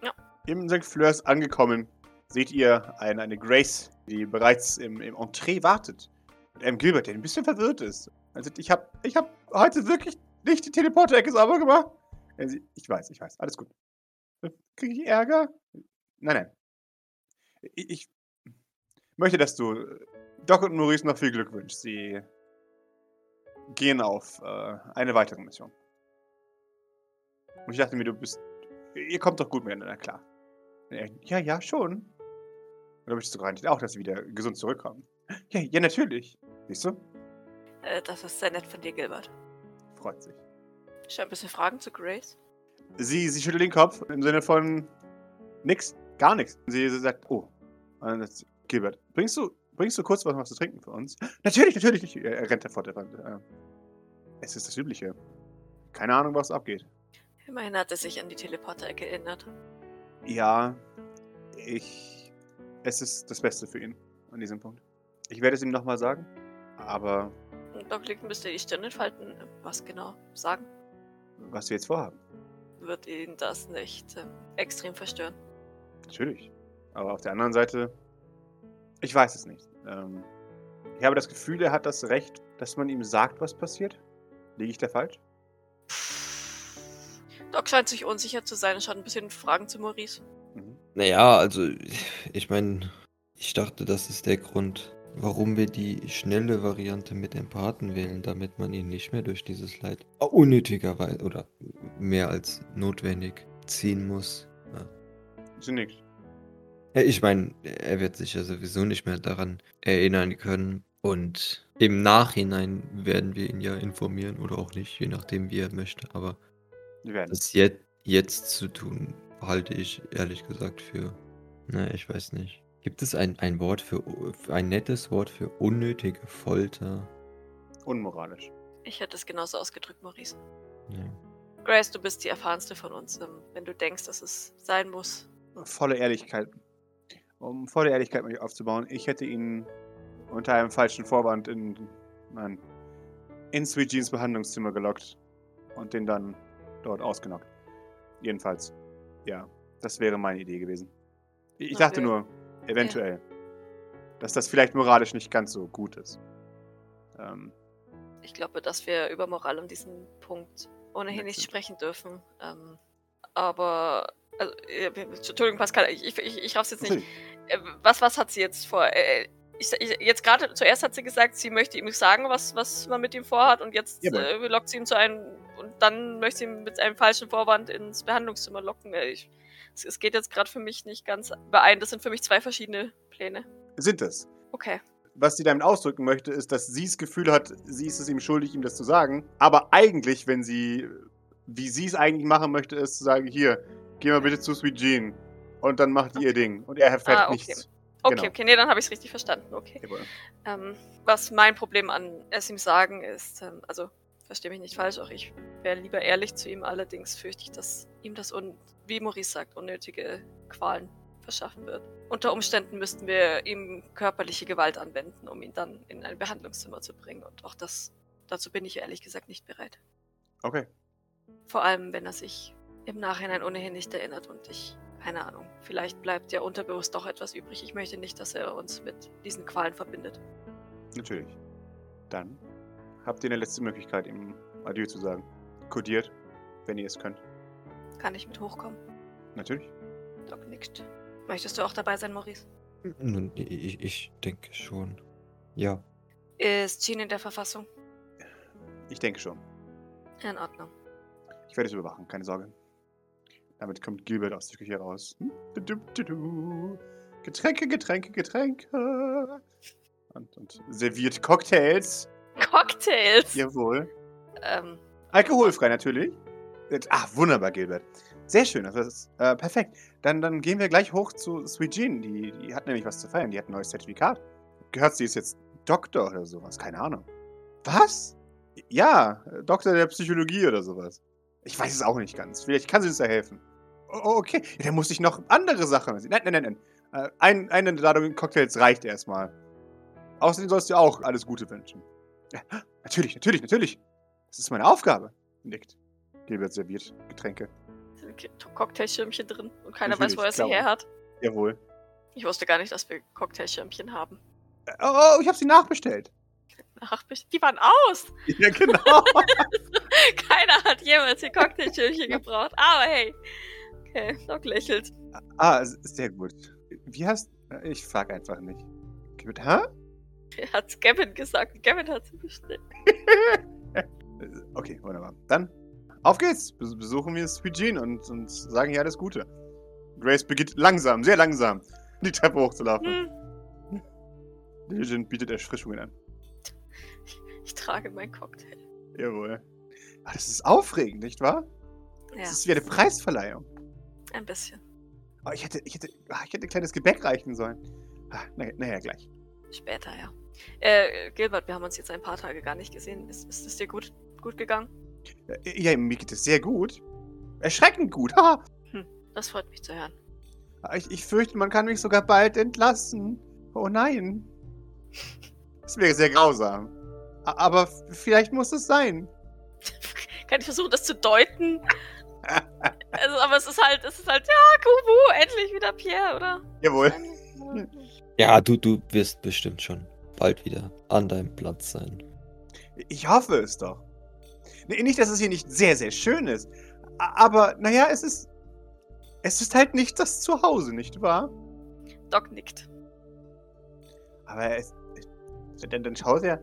Ja. Im St. Flörs angekommen, seht ihr ein, eine Grace, die bereits im, im Entree wartet. Mit einem Gilbert, der ein bisschen verwirrt ist. Also ich habe ich hab heute wirklich nicht die Teleporter-Ecke sauber gemacht. Äh, sie- Ich weiß, ich weiß. Alles gut. Kriege ich Ärger? Nein, nein. Ich, ich möchte, dass du äh, Doc und Maurice noch viel Glück wünschst. Sie gehen auf äh, eine weitere Mission. Und ich dachte mir, du bist. Ihr kommt doch gut miteinander klar. Und er, Ja, ja, schon. Und da möchtest du gar nicht auch, dass sie wieder gesund zurückkommen. Ja, ja, natürlich. Siehst du? Äh, das ist sehr nett von dir, Gilbert. Freut sich. Ich habe ein bisschen Fragen zu Grace. Sie, sie schüttelt den Kopf im Sinne von nix, gar nichts. Sie, sie sagt, oh. Und dann sagt sie, Gilbert, bringst du, bringst du kurz was noch zu trinken für uns? Natürlich, natürlich. natürlich. Er, er rennt sofort davon. Äh, Es ist das Übliche. Keine Ahnung, was abgeht. Immerhin hat er sich an die Teleporter-Ecke erinnert. Ja, ich. Es ist das Beste für ihn an diesem Punkt. Ich werde es ihm nochmal sagen, aber Und Doc liegt müsste die Stirn entfalten. Was genau sagen? was wir jetzt vorhaben, Wird ihn das nicht ähm, extrem verstören? natürlich. Aber auf der anderen Seite, ich weiß es nicht. Ähm, ich habe das Gefühl, er hat das Recht, dass man ihm sagt, was passiert. Liege ich da falsch? Doc scheint sich unsicher zu sein und schaut ein bisschen Fragen zu Maurice. Mhm. Naja, also ich meine, ich dachte, das ist der Grund, warum wir die schnelle Variante mit Empathen wählen, damit man ihn nicht mehr durch dieses Leid unnötigerweise oder mehr als notwendig ziehen muss. Sie nickt. Ja, Ich meine, er wird sich ja sowieso nicht mehr daran erinnern können. Und im Nachhinein werden wir ihn ja informieren oder auch nicht, je nachdem, wie er möchte. Aber Wir werden. das jetzt, jetzt zu tun, halte ich ehrlich gesagt für. Na, ich weiß nicht. Gibt es ein, ein Wort für, für ein nettes Wort für unnötige Folter? Unmoralisch. Ich hätte es genauso ausgedrückt, Maurice. Ja. Grace, du bist die erfahrenste von uns. Ähm, wenn du denkst, dass es sein muss, Volle Ehrlichkeit. Um volle Ehrlichkeit mit euch aufzubauen, ich hätte ihn unter einem falschen Vorwand in, nein, in Sweet Jeans Behandlungszimmer gelockt und den dann dort ausgenockt. Jedenfalls, ja, das wäre meine Idee gewesen. Ich ich dachte Okay. nur, eventuell, dass das vielleicht moralisch nicht ganz so gut ist. Ähm, Ich glaube, dass wir über Moral an diesem Punkt ohnehin nicht Wechseln. sprechen dürfen. Ähm, aber. Also, äh, Entschuldigung, Pascal, ich, ich, ich, ich raff's jetzt nicht. Äh, was, was hat sie jetzt vor? Äh, ich, ich, jetzt gerade, zuerst hat sie gesagt, sie möchte ihm sagen, was, was man mit ihm vorhat, und jetzt Jawohl. äh, lockt sie ihn zu einem. Und dann möchte sie ihn mit einem falschen Vorwand ins Behandlungszimmer locken. Äh, ich, es, es geht jetzt gerade für mich nicht ganz überein. Das sind für mich zwei verschiedene Pläne. sind es. Okay. was sie damit ausdrücken möchte, ist, dass sie das Gefühl hat, sie ist es ihm schuldig, ihm das zu sagen. Aber eigentlich, wenn sie, wie sie es eigentlich machen möchte, ist zu sagen, hier, geh mal bitte zu Sweet Jean. Und dann macht die ihr Ding. Und er erfährt Ah, okay. nichts. Okay, Genau. okay, nee, dann habe ich es richtig verstanden. Okay. Jawohl. Ähm, was mein Problem an es ihm sagen ist, ähm, also verstehe mich nicht falsch, auch ich wäre lieber ehrlich zu ihm, allerdings fürchte ich, dass ihm das, un wie Maurice sagt, unnötige Qualen verschaffen wird. Unter Umständen müssten wir ihm körperliche Gewalt anwenden, um ihn dann in ein Behandlungszimmer zu bringen. Und auch das, dazu bin ich ehrlich gesagt nicht bereit. Okay. Vor allem, wenn er sich im Nachhinein ohnehin nicht erinnert und ich, keine Ahnung, vielleicht bleibt ja unterbewusst doch etwas übrig. Ich möchte nicht, dass er uns mit diesen Qualen verbindet. Natürlich. Dann habt ihr eine letzte Möglichkeit, ihm Adieu zu sagen. Kodiert, wenn ihr es könnt. Kann ich mit hochkommen? Natürlich. Doc nickt. Möchtest du auch dabei sein, Maurice? Nun, ich, ich denke schon. Ja. Ist Jean in der Verfassung? Ich denke schon. In Ordnung. Ich werde es überwachen, keine Sorge. Damit kommt Gilbert aus der Küche raus. Hm? Du, du, du, du. Getränke, Getränke, Getränke. Und, und serviert Cocktails. Cocktails! Jawohl. Ähm, Alkoholfrei natürlich. Jetzt- Ach, wunderbar, Gilbert. Sehr schön, das ist äh, perfekt. Dann, dann gehen wir gleich hoch zu Sweet Jean. Die, die hat nämlich was zu feiern. Die hat ein neues Zertifikat. Gehört, sie ist jetzt Doktor oder sowas. Keine Ahnung. Was? Ja, äh, Doktor der Psychologie oder sowas. Ich weiß es auch nicht ganz. Vielleicht kann sie uns da helfen. O- Okay, ja, dann muss ich noch andere Sachen. Nein, nein, nein, nein. Äh, ein, eine Ladung Cocktails reicht erstmal. Außerdem sollst du auch alles Gute wünschen. Ja, natürlich, natürlich, natürlich. Das ist meine Aufgabe, nickt. Gilbert serviert Getränke. sind K- Cocktailschirmchen drin und keiner weiß, Natürlich, wo er sie klar. her hat. Jawohl. Ich wusste gar nicht, dass wir Cocktailschirmchen haben. Äh, Oh, oh, ich habe sie nachbestellt. Ach, die waren aus! Ja, genau. Keiner hat jemals die Cocktailschirmchen gebraucht, aber hey. Okay, Doc lächelt. ah, s- sehr gut. Wie heißt. äh, Ich frag einfach nicht. Gut, hä? Hat's Gavin gesagt. und Gavin hat sie bestellt. Okay, wunderbar. Dann auf geht's. Bes- Besuchen wir Eugene und, und sagen ihr alles Gute. Grace beginnt langsam, sehr langsam, die Treppe hochzulaufen. Hm, Diligent bietet Erfrischungen an. ich trage meinen Cocktail. Jawohl. Ah, das ist aufregend, nicht wahr? Ja, Das ist wie eine Preisverleihung. ein bisschen. Oh, ich, hätte, ich, hätte, ah, ich hätte ein kleines Gebäck reichen sollen. Ah, naja, naja, gleich. Später, ja. Äh, Gilbert, wir haben uns jetzt ein paar Tage gar nicht gesehen. Ist, ist es dir gut, gut gegangen? Äh, Ja, mir geht es sehr gut. Erschreckend gut. haha. Das freut mich zu hören. Ah, Ich, ich fürchte, man kann mich sogar bald entlassen. Oh nein. Das wäre sehr grausam. A- Aber f- vielleicht muss es sein. Kann ich versuchen, das zu deuten? also, aber es ist halt, es ist halt, ja, Kubu, endlich wieder Pierre, oder? Jawohl. Ja, du, du wirst bestimmt schon bald wieder an deinem Platz sein. Ich hoffe es doch. Nee, Nicht, dass es hier nicht sehr, sehr schön ist. a- Aber, naja, es ist. Es ist halt nicht das Zuhause, nicht wahr? Doc nickt. Aber es. Dann, dann schaut er.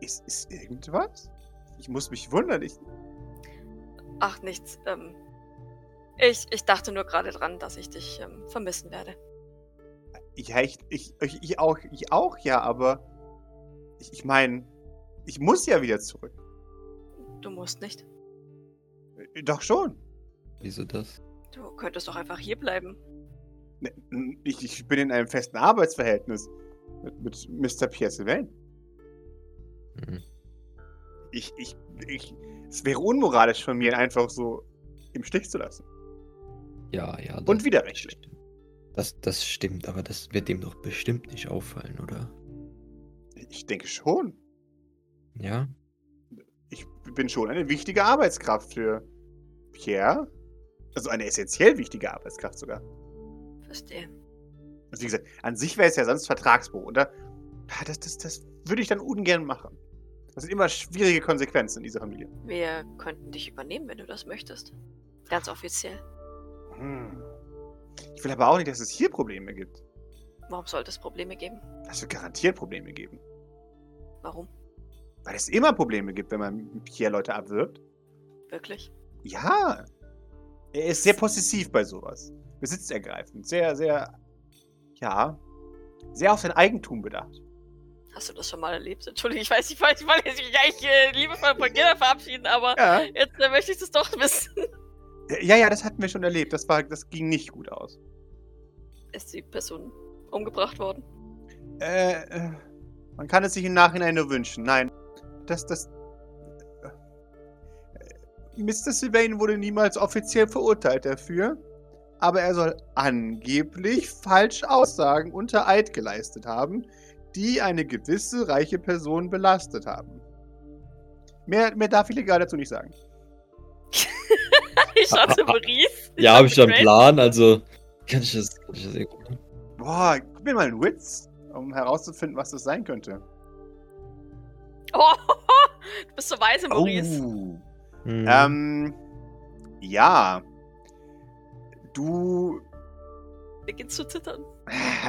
Ist, ist irgendwas? Ich muss mich wundern. Ich, Ach, nichts. Ähm, ich, ich dachte nur gerade dran, dass ich dich ähm, vermissen werde. ja, ich, ich, ich, ich, auch, ich auch, ja, aber. Ich, ich meine, ich muss ja wieder zurück. Du musst nicht. Äh, Doch schon. Wieso das? Du könntest doch einfach hier bleiben. Ne, Ich, ich bin in einem festen Arbeitsverhältnis mit, mit Mr. Pierre Sylvain. Mhm. ich, ich, ich, es wäre unmoralisch von mir, ihn einfach so im Stich zu lassen. Ja, ja. das- Und widerrechtlich. Das, das stimmt, aber das wird dem doch bestimmt nicht auffallen, oder? Ich denke schon. Ja? Ich bin schon eine wichtige Arbeitskraft für Pierre. Also eine essentiell wichtige Arbeitskraft sogar. Verstehe. Also wie gesagt, an sich wäre es ja sonst Vertragsbruch. Und da, ah, das, das, das würde ich dann ungern machen. Das sind immer schwierige Konsequenzen in dieser Familie. Wir könnten dich übernehmen, wenn du das möchtest. Ganz offiziell. Hm. Ich will aber auch nicht, dass es hier Probleme gibt. Warum sollte es Probleme geben? Das wird garantiert Probleme geben. Warum? Weil es immer Probleme gibt, wenn man Pierre Leute abwirbt. Wirklich? Ja. Er ist sehr possessiv bei sowas. Besitzergreifend. Sehr, sehr. Ja. Sehr auf sein Eigentum bedacht. Hast du das schon mal erlebt? Entschuldigung, ich weiß nicht, ich wollte jetzt mich eigentlich äh, liebevoll von Gilda verabschieden, aber Ja. jetzt äh, möchte ich das doch wissen. Ja, ja, das hatten wir schon erlebt. Das, war, das ging nicht gut aus. Ist die Person umgebracht worden? Äh, äh, man kann es sich im Nachhinein nur wünschen. Nein. Das, das. Äh, Mr. Sylvain wurde niemals offiziell verurteilt dafür, aber er soll angeblich falsche Aussagen unter Eid geleistet haben, die eine gewisse reiche Person belastet haben. Mehr, mehr darf ich legal dazu nicht sagen. Ich hatte Maurice. Ja, habe ich da einen Grace. Plan, also kann ich das, kann ich das irgendwie. Boah, gib mir mal einen Witz, um herauszufinden, was das sein könnte. Oh, du bist so weise, Maurice. Oh. Hm. Ähm, ja. Du, Beginnst zu zittern.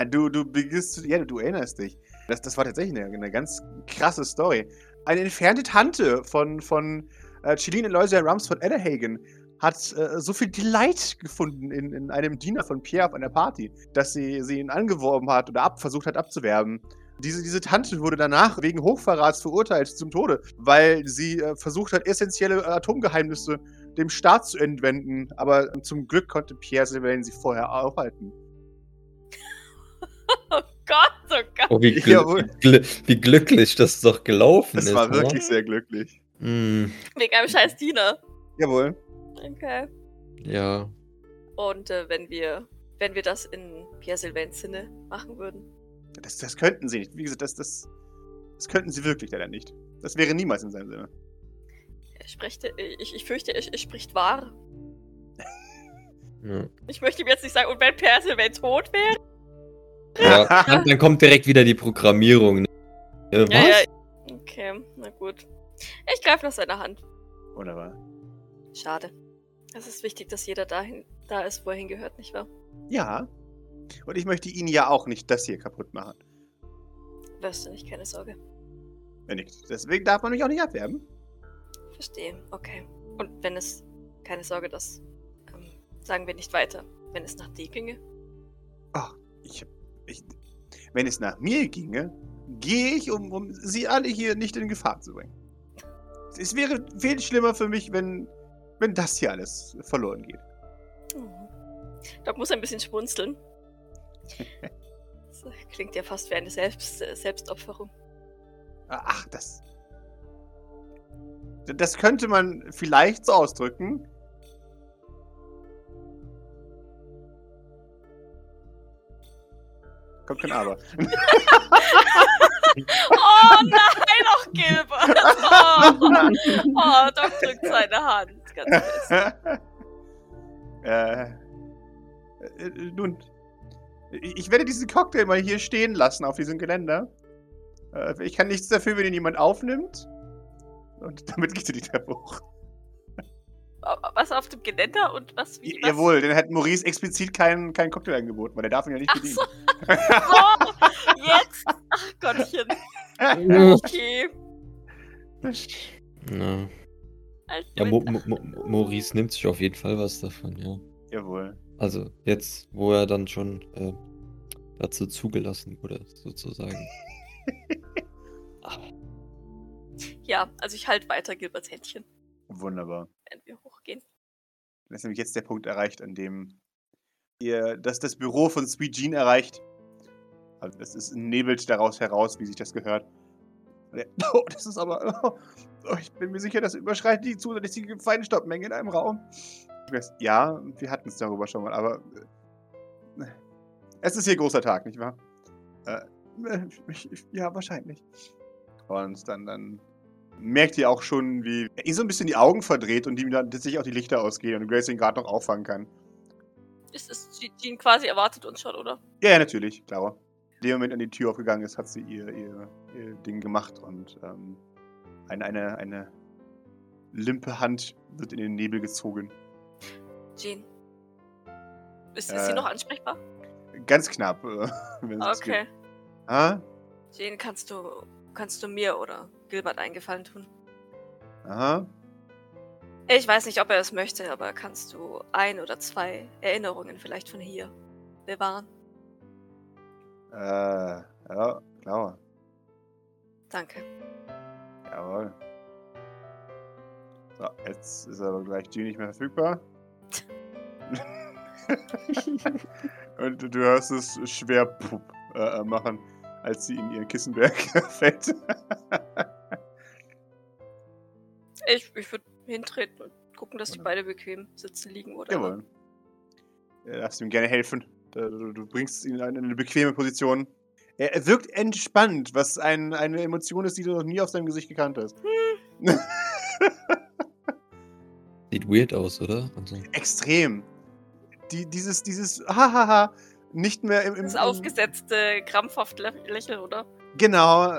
du, du beginnst, ja, du erinnerst dich. Das, das war tatsächlich eine, eine ganz krasse Story. Eine entfernte Tante von, von äh, Chilene Eloisa Rumsford Edderhagen hat äh, so viel Delight gefunden in, in einem Diener von Pierre auf einer Party, dass sie, sie ihn angeworben hat oder ab, versucht hat abzuwerben. Diese, diese Tante wurde danach wegen Hochverrats verurteilt zum Tode, weil sie äh, versucht hat, essentielle äh, Atomgeheimnisse dem Staat zu entwenden. Aber zum Glück konnte Pierre Sylvain sie vorher aufhalten. Oh Gott, oh Gott. Oh, wie, glü Jawohl. wie, glü wie glücklich das doch gelaufen Das ist. ne? war oder? wirklich sehr glücklich. Hm, Wegen einem scheiß Diener. Jawohl. Okay. ja. Und äh, wenn wir wenn wir das in Pierre Sylvains Sinne machen würden. Das, das könnten sie nicht. Wie gesagt, das, das, das könnten sie wirklich leider nicht. Das wäre niemals in seinem Sinne. Er spricht, ich, ich fürchte, er, er spricht wahr. ja. Ich möchte ihm jetzt nicht sagen, und wenn Pierre Sylvain tot wäre? Ja, dann, dann kommt direkt wieder die Programmierung. Ne? Äh, was? Ja, ja. Okay, na gut. Ich greife nach seiner Hand. Wunderbar. Schade. Es ist wichtig, dass jeder dahin da ist, wo er hingehört, nicht wahr? Ja. Und ich möchte Ihnen ja auch nicht das hier kaputt machen. Wirst du nicht, keine Sorge. Wenn nicht. Deswegen darf man mich auch nicht abwerben. Verstehe, okay. Und wenn es, keine Sorge, das ähm, sagen wir nicht weiter. Wenn es nach dir ginge, Ich, ich, wenn es nach mir ginge, gehe ich, um, um Sie alle hier nicht in Gefahr zu bringen. Es wäre viel schlimmer für mich, wenn, wenn das hier alles verloren geht. Oh. Doc muss ein bisschen schmunzeln. Das klingt ja fast wie eine Selbst äh, Selbstopferung. Ach, das. Das könnte man vielleicht so ausdrücken. Kommt kein Aber. Oh nein, auch Gilbert! Oh, oh Doc drückt seine Hand. Ganz fest. äh, äh, nun, ich ich werde diesen Cocktail mal hier stehen lassen auf diesem Geländer. Äh, ich kann nichts dafür, wenn ihn jemand aufnimmt. Und damit geht er die Treppe hoch. Was auf dem Geländer und was wie? Was? Jawohl, denn hat Maurice explizit keinen kein Cocktail angeboten, weil der darf ihn ja nicht Ach bedienen. so. So, jetzt. Ach Gottchen. genau. Okay. Ja, Als ja Mo Moment. Mo Mo Maurice nimmt sich auf jeden Fall was davon, ja. Jawohl. Also jetzt, wo er dann schon äh, dazu zugelassen wurde, sozusagen. ja, also ich halte weiter Gilberts Händchen, Wunderbar. während wir hochgehen. Das ist nämlich jetzt der Punkt erreicht, an dem ihr das, das Büro von Sweet Jean erreicht. Also es ist nebelt daraus heraus, wie sich das gehört. Und er- Oh, das ist aber. Oh, oh, ich bin mir sicher, das überschreitet die zusätzliche Feinstaubmenge in einem Raum. Ich weiß, Ja, wir hatten es darüber schon mal, aber. äh, Es ist hier großer Tag, nicht wahr? Äh, äh, ich- ich- ja, wahrscheinlich. Und dann, dann merkt ihr auch schon, wie er ihr so ein bisschen die Augen verdreht und ihm dann tatsächlich auch die Lichter ausgehen und Grace ihn gerade noch auffangen kann. Ist es Jean quasi erwartet uns schon, oder? Ja, ja, natürlich, klar. In dem Moment, an die Tür aufgegangen ist, hat sie ihr, ihr, ihr Ding gemacht und ähm, eine, eine, eine limpe Hand wird in den Nebel gezogen. Jean. Ist, ist Äh. sie noch ansprechbar? Ganz knapp. Äh, wenn es das Okay. gibt. Ah, Jean, kannst du, kannst du mir oder Gilbert einen Gefallen tun? aha. Ich weiß nicht, ob er es möchte, aber kannst du ein oder zwei Erinnerungen vielleicht von hier bewahren? Äh, ja, klar. Danke. Jawohl. So, jetzt ist aber gleich G nicht mehr verfügbar. Und du hörst es schwer pup, äh, äh, machen, als sie in ihren Kissenberg fällt. Ich, ich würde hintreten und gucken, dass die beide bequem sitzen, liegen oder. Jawohl. Du darfst ihm gerne helfen. Du, du, du bringst ihn in eine in eine bequeme Position. Er, er wirkt entspannt, was ein, eine Emotion ist, die du noch nie auf seinem Gesicht gekannt hast. Sieht weird aus, oder? Also, Extrem. Die, dieses, dieses Hahaha nicht mehr im, im, Das im aufgesetzte, krampfhaft lä- Lächeln, oder? Genau.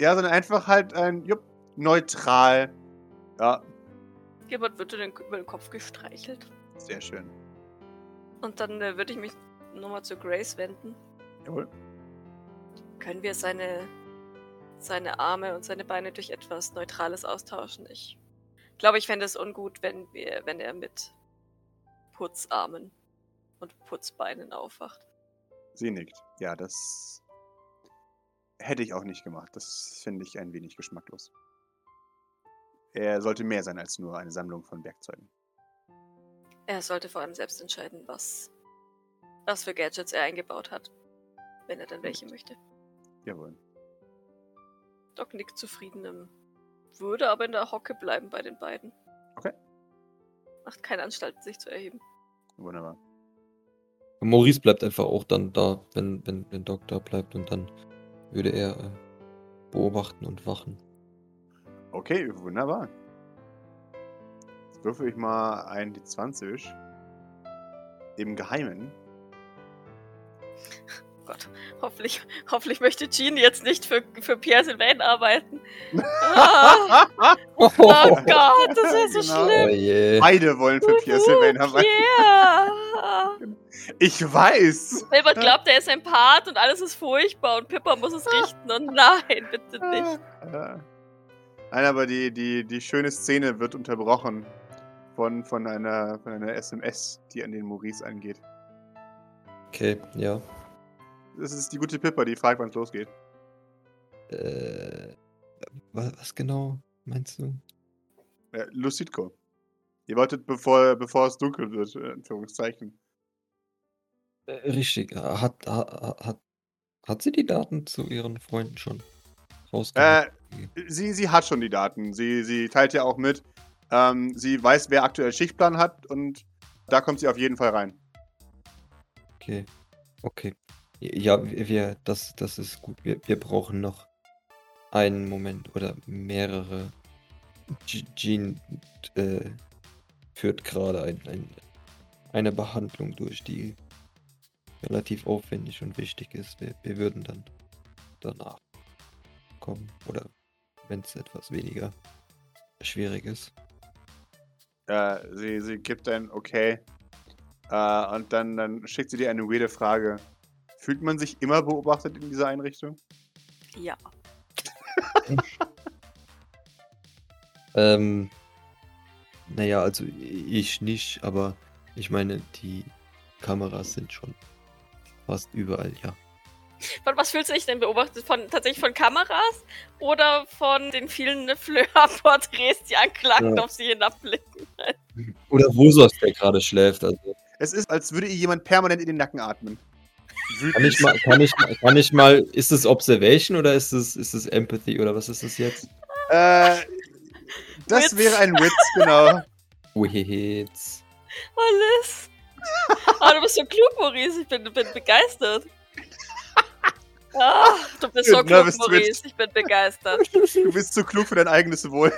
Ja, sondern einfach halt ein jupp, neutral. Ja, Gilbert wird den, über den Kopf gestreichelt. sehr schön. Und dann äh, würde ich mich nochmal zu Grace wenden. Jawohl. Können wir seine, seine Arme und seine Beine durch etwas Neutrales austauschen? Ich glaube, ich fände es ungut, wenn, wir, wenn er mit Putzarmen und Putzbeinen aufwacht. Sie nickt. Ja, das hätte ich auch nicht gemacht. Das finde ich ein wenig geschmacklos. Er sollte mehr sein als nur eine Sammlung von Werkzeugen. Er sollte vor allem selbst entscheiden, was, was für Gadgets er eingebaut hat, wenn er dann welche möchte. Jawohl. Doc nickt zufrieden, ähm, würde aber in der Hocke bleiben bei den beiden. Okay. Macht keine Anstalten, sich zu erheben. Wunderbar. Maurice bleibt einfach auch dann da, wenn, wenn, wenn Doc da bleibt und dann würde er äh, beobachten und wachen. Okay, wunderbar. Jetzt würfel ich mal ein D20. Im Geheimen. Gott, hoffentlich, hoffentlich möchte Jean jetzt nicht für, für Pierre Sylvain arbeiten. Ah, oh Gott, das wäre so Genau. Oh schlimm. je. Beide wollen für Pierre Sylvain haben. Yeah. Ich weiß. Wilbert glaubt, er ist ein Part und alles ist furchtbar und Pippa muss es richten und nein, bitte nicht. Ah, Ja. Nein, aber die, die, die schöne Szene wird unterbrochen von, von, einer, von einer SMS, die an den Maurice angeht. Okay, ja. Das ist die gute Pippa, die fragt, wann es losgeht. Äh, was, was genau meinst du? Äh, Lucidco. Ihr wolltet, bevor, bevor es dunkel wird, in Anführungszeichen. Äh, richtig. Hat, hat, hat, hat sie die Daten zu ihren Freunden schon rausgegeben? Äh, sie, sie hat schon die Daten. Sie, sie teilt ja auch mit. Ähm, sie weiß, wer aktuell Schichtplan hat und da kommt sie auf jeden Fall rein. Okay. Okay. Ja, wir, wir- das, das ist gut. Wir, wir brauchen noch einen Moment oder mehrere. Je- Jean äh, führt gerade ein, ein, eine Behandlung durch, die relativ aufwendig und wichtig ist. Wir, wir würden dann danach kommen. Oder wenn es etwas weniger schwierig ist. Äh, sie, sie gibt ein Okay. Äh, und dann, dann schickt sie dir eine weirde Frage. Fühlt man sich immer beobachtet in dieser Einrichtung? Ja. Ähm, naja, also ich nicht, aber ich meine, die Kameras sind schon fast überall, ja. Von was fühlst du dich denn beobachtet? Von tatsächlich von Kameras oder von den vielen Fleur-Porträts, die anklagend Ja. auf sie hinabblicken? Oder Rosos, der gerade schläft. Also Es ist, als würde ihr jemand permanent in den Nacken atmen. kann ich mal, kann ich, mal- kann ich mal, ist es Observation oder ist es, ist es Empathy oder was ist es jetzt? Äh, das Witz. wäre ein Witz, genau. Oh, Wits. Alles. Oh, du bist so klug, Maurice. Ich bin, bin begeistert. Ah, du bist so Nervous klug, twitch. Maurice. Ich bin begeistert. Du bist zu klug für dein eigenes Wohl.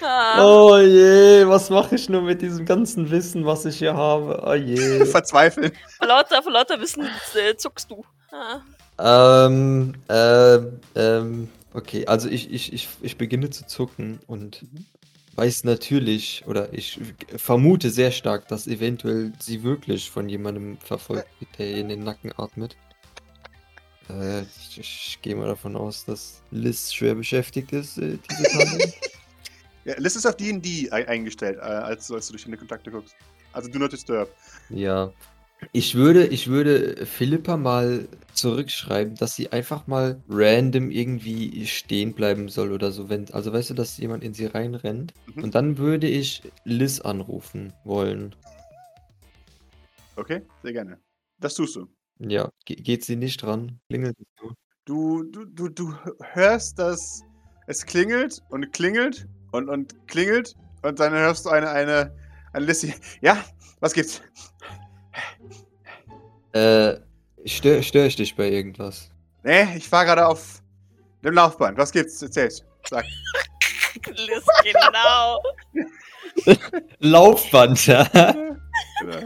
Ah, Oh je, was mache ich nur mit diesem ganzen Wissen, was ich hier habe? Oh je. Verzweifeln. Vor lauter, vor lauter Wissen äh, zuckst du. Ah, Ähm, ähm, ähm, okay, also ich, ich, ich, ich beginne zu zucken und weiß natürlich oder ich vermute sehr stark, dass eventuell sie wirklich von jemandem verfolgt wird, der ihr in den Nacken atmet. Äh, ich, ich gehe mal davon aus, dass Liz schwer beschäftigt ist, äh, diese Tage. Ja, Liz ist auf D&D ei- eingestellt, äh, als, als du durch deine Kontakte guckst. Also do not disturb. Ja. Ich würde, ich würde Philippa mal zurückschreiben, dass sie einfach mal random irgendwie stehen bleiben soll oder so, wenn, also weißt du, dass jemand in sie reinrennt. Mhm. Und dann würde ich Liz anrufen wollen. Okay? Sehr gerne. Das tust du. Ja, ge geht sie nicht dran? Klingelt es nur? Du, du, du, du hörst, dass es klingelt und klingelt und, und klingelt und dann hörst du eine, eine, eine Lissy. Ja, was gibt's? Äh, stör, stör ich dich bei irgendwas? Nee, ich war gerade auf dem Laufband. Was gibt's? Erzähl's. Sag. Liz, genau. Laufband, ja. Genau.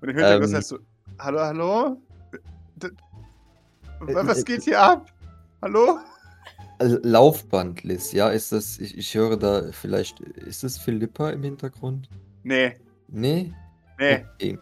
Und im Hintergrund Ähm. hörst du, hallo, hallo? D- Äh, Was äh, geht hier ab? Hallo? Also Laufband, Liz, ja, ist das, ich, ich höre da vielleicht, ist das Philippa im Hintergrund? Nee, Nee? nee. Okay.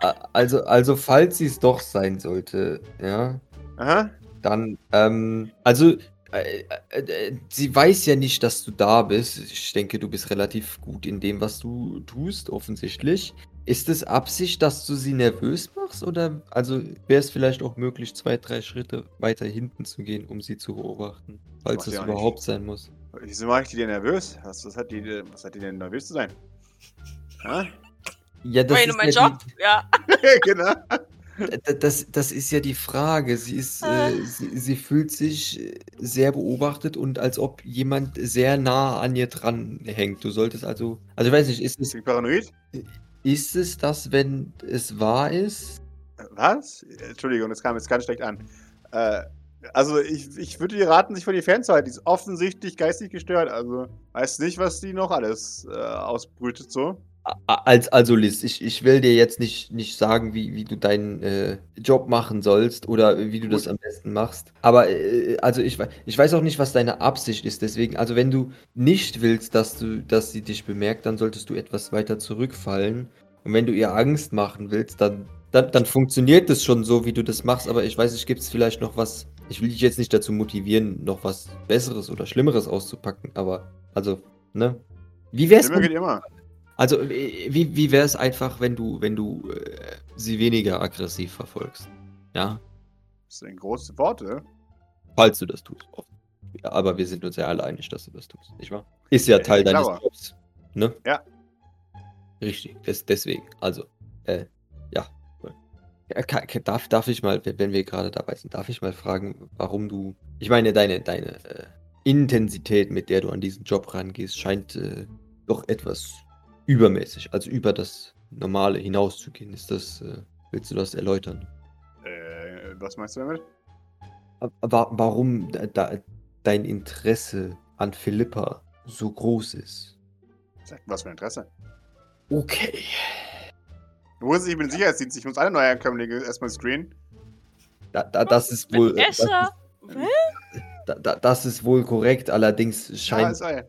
A- Also, also falls sie es doch sein sollte, ja, Aha. dann, ähm, also, äh, äh, äh, sie weiß ja nicht, dass du da bist. Ich denke, du bist relativ gut in dem, was du tust, offensichtlich. Ist es Absicht, dass du sie nervös machst? Oder, also, wäre es vielleicht auch möglich, zwei, drei Schritte weiter hinten zu gehen, um sie zu beobachten? Falls Macht sie es auch nicht. überhaupt sein muss. Wieso mache ich die denn nervös? Was, was, hat die, denn- was hat die denn nervös zu sein? Ha? Ja, das Meine, ist mein ja die- Job. Ja. genau. D- Das, das ist ja die Frage. Sie ist, Ah. äh, sie, sie fühlt sich äh, sehr beobachtet und als ob jemand sehr nah an ihr dran hängt. Du solltest also, also ich weiß nicht, ist es, Klingt paranoid? ist es das, wenn es wahr ist? Äh, Was? Äh, Entschuldigung, das kam jetzt ganz schlecht an. Äh, also, ich, ich würde dir raten, sich von ihr fernzuhalten. Die ist offensichtlich geistig gestört. Also, weiß nicht, was die noch alles äh, ausbrütet so. A- Als, also Liz, ich, ich will dir jetzt nicht, nicht sagen, wie, wie du deinen äh, Job machen sollst oder wie du das am besten machst. Aber äh, also ich, wei- ich weiß auch nicht, was deine Absicht ist. Deswegen, also wenn du nicht willst, dass du, dass sie dich bemerkt, dann solltest du etwas weiter zurückfallen. Und wenn du ihr Angst machen willst, dann, dann, dann funktioniert es schon so, wie du das machst. Aber ich weiß nicht, gibt es vielleicht noch was. Ich will dich jetzt nicht dazu motivieren, noch was Besseres oder Schlimmeres auszupacken. Aber also, ne? Wie wär's Immer geht immer. also, äh, wie, wie wäre es einfach, wenn du, wenn du äh, sie weniger aggressiv verfolgst? Ja, Das sind große Worte. falls du das tust. Ja, aber wir sind uns ja alle einig, dass du das tust, nicht wahr? Ist ja Ich Teil deines glaube. Jobs. Ne? Ja. Richtig, des, deswegen. Also, äh, ja. Ja, ka- ka- Darf, darf ich mal, wenn wenn wir gerade dabei sind, darf ich mal fragen, warum du. Ich meine, deine, deine äh, Intensität, mit der du an diesen Job rangehst, scheint äh, doch etwas übermäßig, also über das Normale hinauszugehen. Ist das, äh, willst du das erläutern? Äh, was meinst du damit? Aber warum da, da dein Interesse an Philippa so groß ist? Sag, Was für ein Interesse. Okay. Du wusstest, ich bin im Sicherheitsdienst. Ich muss alle Neuankömmlinge erstmal screenen. Da, da, das ist wohl. äh, Das ist, Escher! da, da, das ist wohl korrekt, allerdings Ah, scheint, ist euer.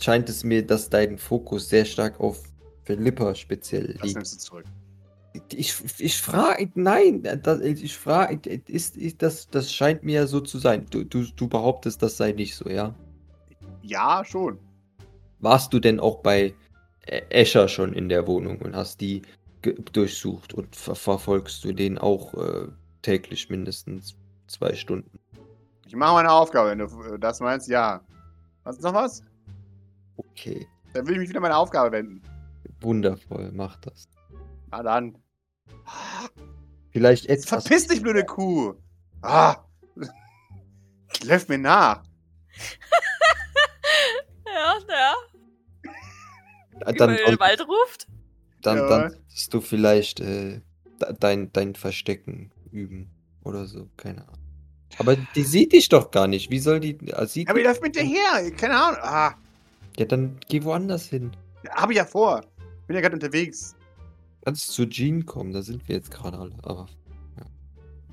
scheint es mir, dass dein Fokus sehr stark auf Philippa speziell Das liegt. nimmst du zurück. Ich, ich frage, nein, das, ich frage, ist, ist das, das scheint mir ja so zu sein. Du, du, du behauptest, das sei nicht so, ja? Ja, schon. Warst du denn auch bei Ä- Escher schon in der Wohnung und hast die ge- durchsucht und ver verfolgst du den auch äh, täglich mindestens zwei Stunden? Ich mache meine Aufgabe. Wenn du äh, das meinst, ja. Hast du noch was? Okay, Dann will ich mich wieder an meine Aufgabe wenden. wundervoll, mach das. Na dann. Vielleicht Jetzt etwas. verpiss dich, blöde Kuh! Ah! Läuft mir nach! Ja, ja. Dann, Über dann, den Wald ruft. dann, Ja. dann solltest du vielleicht äh, de- dein, dein Verstecken üben oder so, keine Ahnung. Aber die sieht dich doch gar nicht. Wie soll die. ah, sieht Aber die- ihr läuft mit dir her! Keine Ahnung! Ah! ja, dann geh woanders hin. Hab ich ja vor! Bin ja gerade unterwegs! Kannst zu Jean kommen, da sind wir jetzt gerade alle. Aber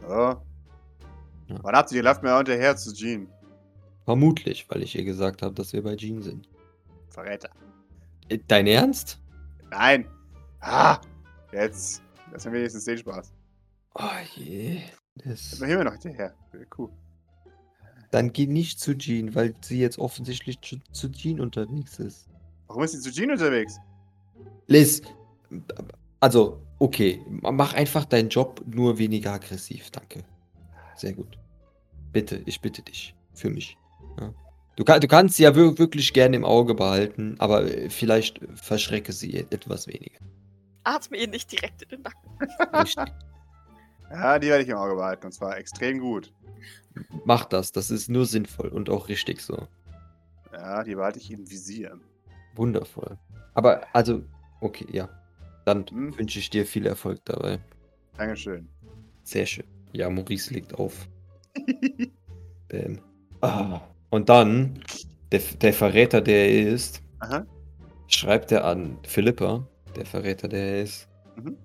Ja. Ja. Wann habt ihr? Ihr läuft mir ja hinterher zu Jean. vermutlich, weil ich ihr gesagt habe, dass wir bei Jean sind. Verräter. Äh, Dein Ernst? Nein! Ah! Jetzt! Das ist wenigstens den Spaß. Oh je. Das, Jetzt hier mir noch hinterher. Blöde Kuh. dann geh nicht zu Jean, weil sie jetzt offensichtlich zu, zu Jean unterwegs ist. Warum ist sie zu Jean unterwegs? Liz, also, okay, ma- mach einfach deinen Job nur weniger aggressiv, danke. Sehr gut. Bitte, ich bitte dich. Für mich. Ja. Du, kann, du kannst sie ja wir- wirklich gerne im Auge behalten, aber äh, vielleicht verschrecke sie et- etwas weniger. Atme ihr eh nicht direkt in den Nacken. Richtig. Ja, die werde ich im Auge behalten. Und zwar extrem gut. mach das, das ist nur sinnvoll und auch richtig so. Ja, die behalte ich im Visier. Wundervoll. Aber, also, okay, ja. Dann Hm. wünsche ich dir viel Erfolg dabei. Dankeschön. Sehr schön. Ja, Maurice legt auf. Bam. Ah. Und dann, der, der Verräter, der er ist, Aha. schreibt er an Philippa, der Verräter, der er ist, Mhm.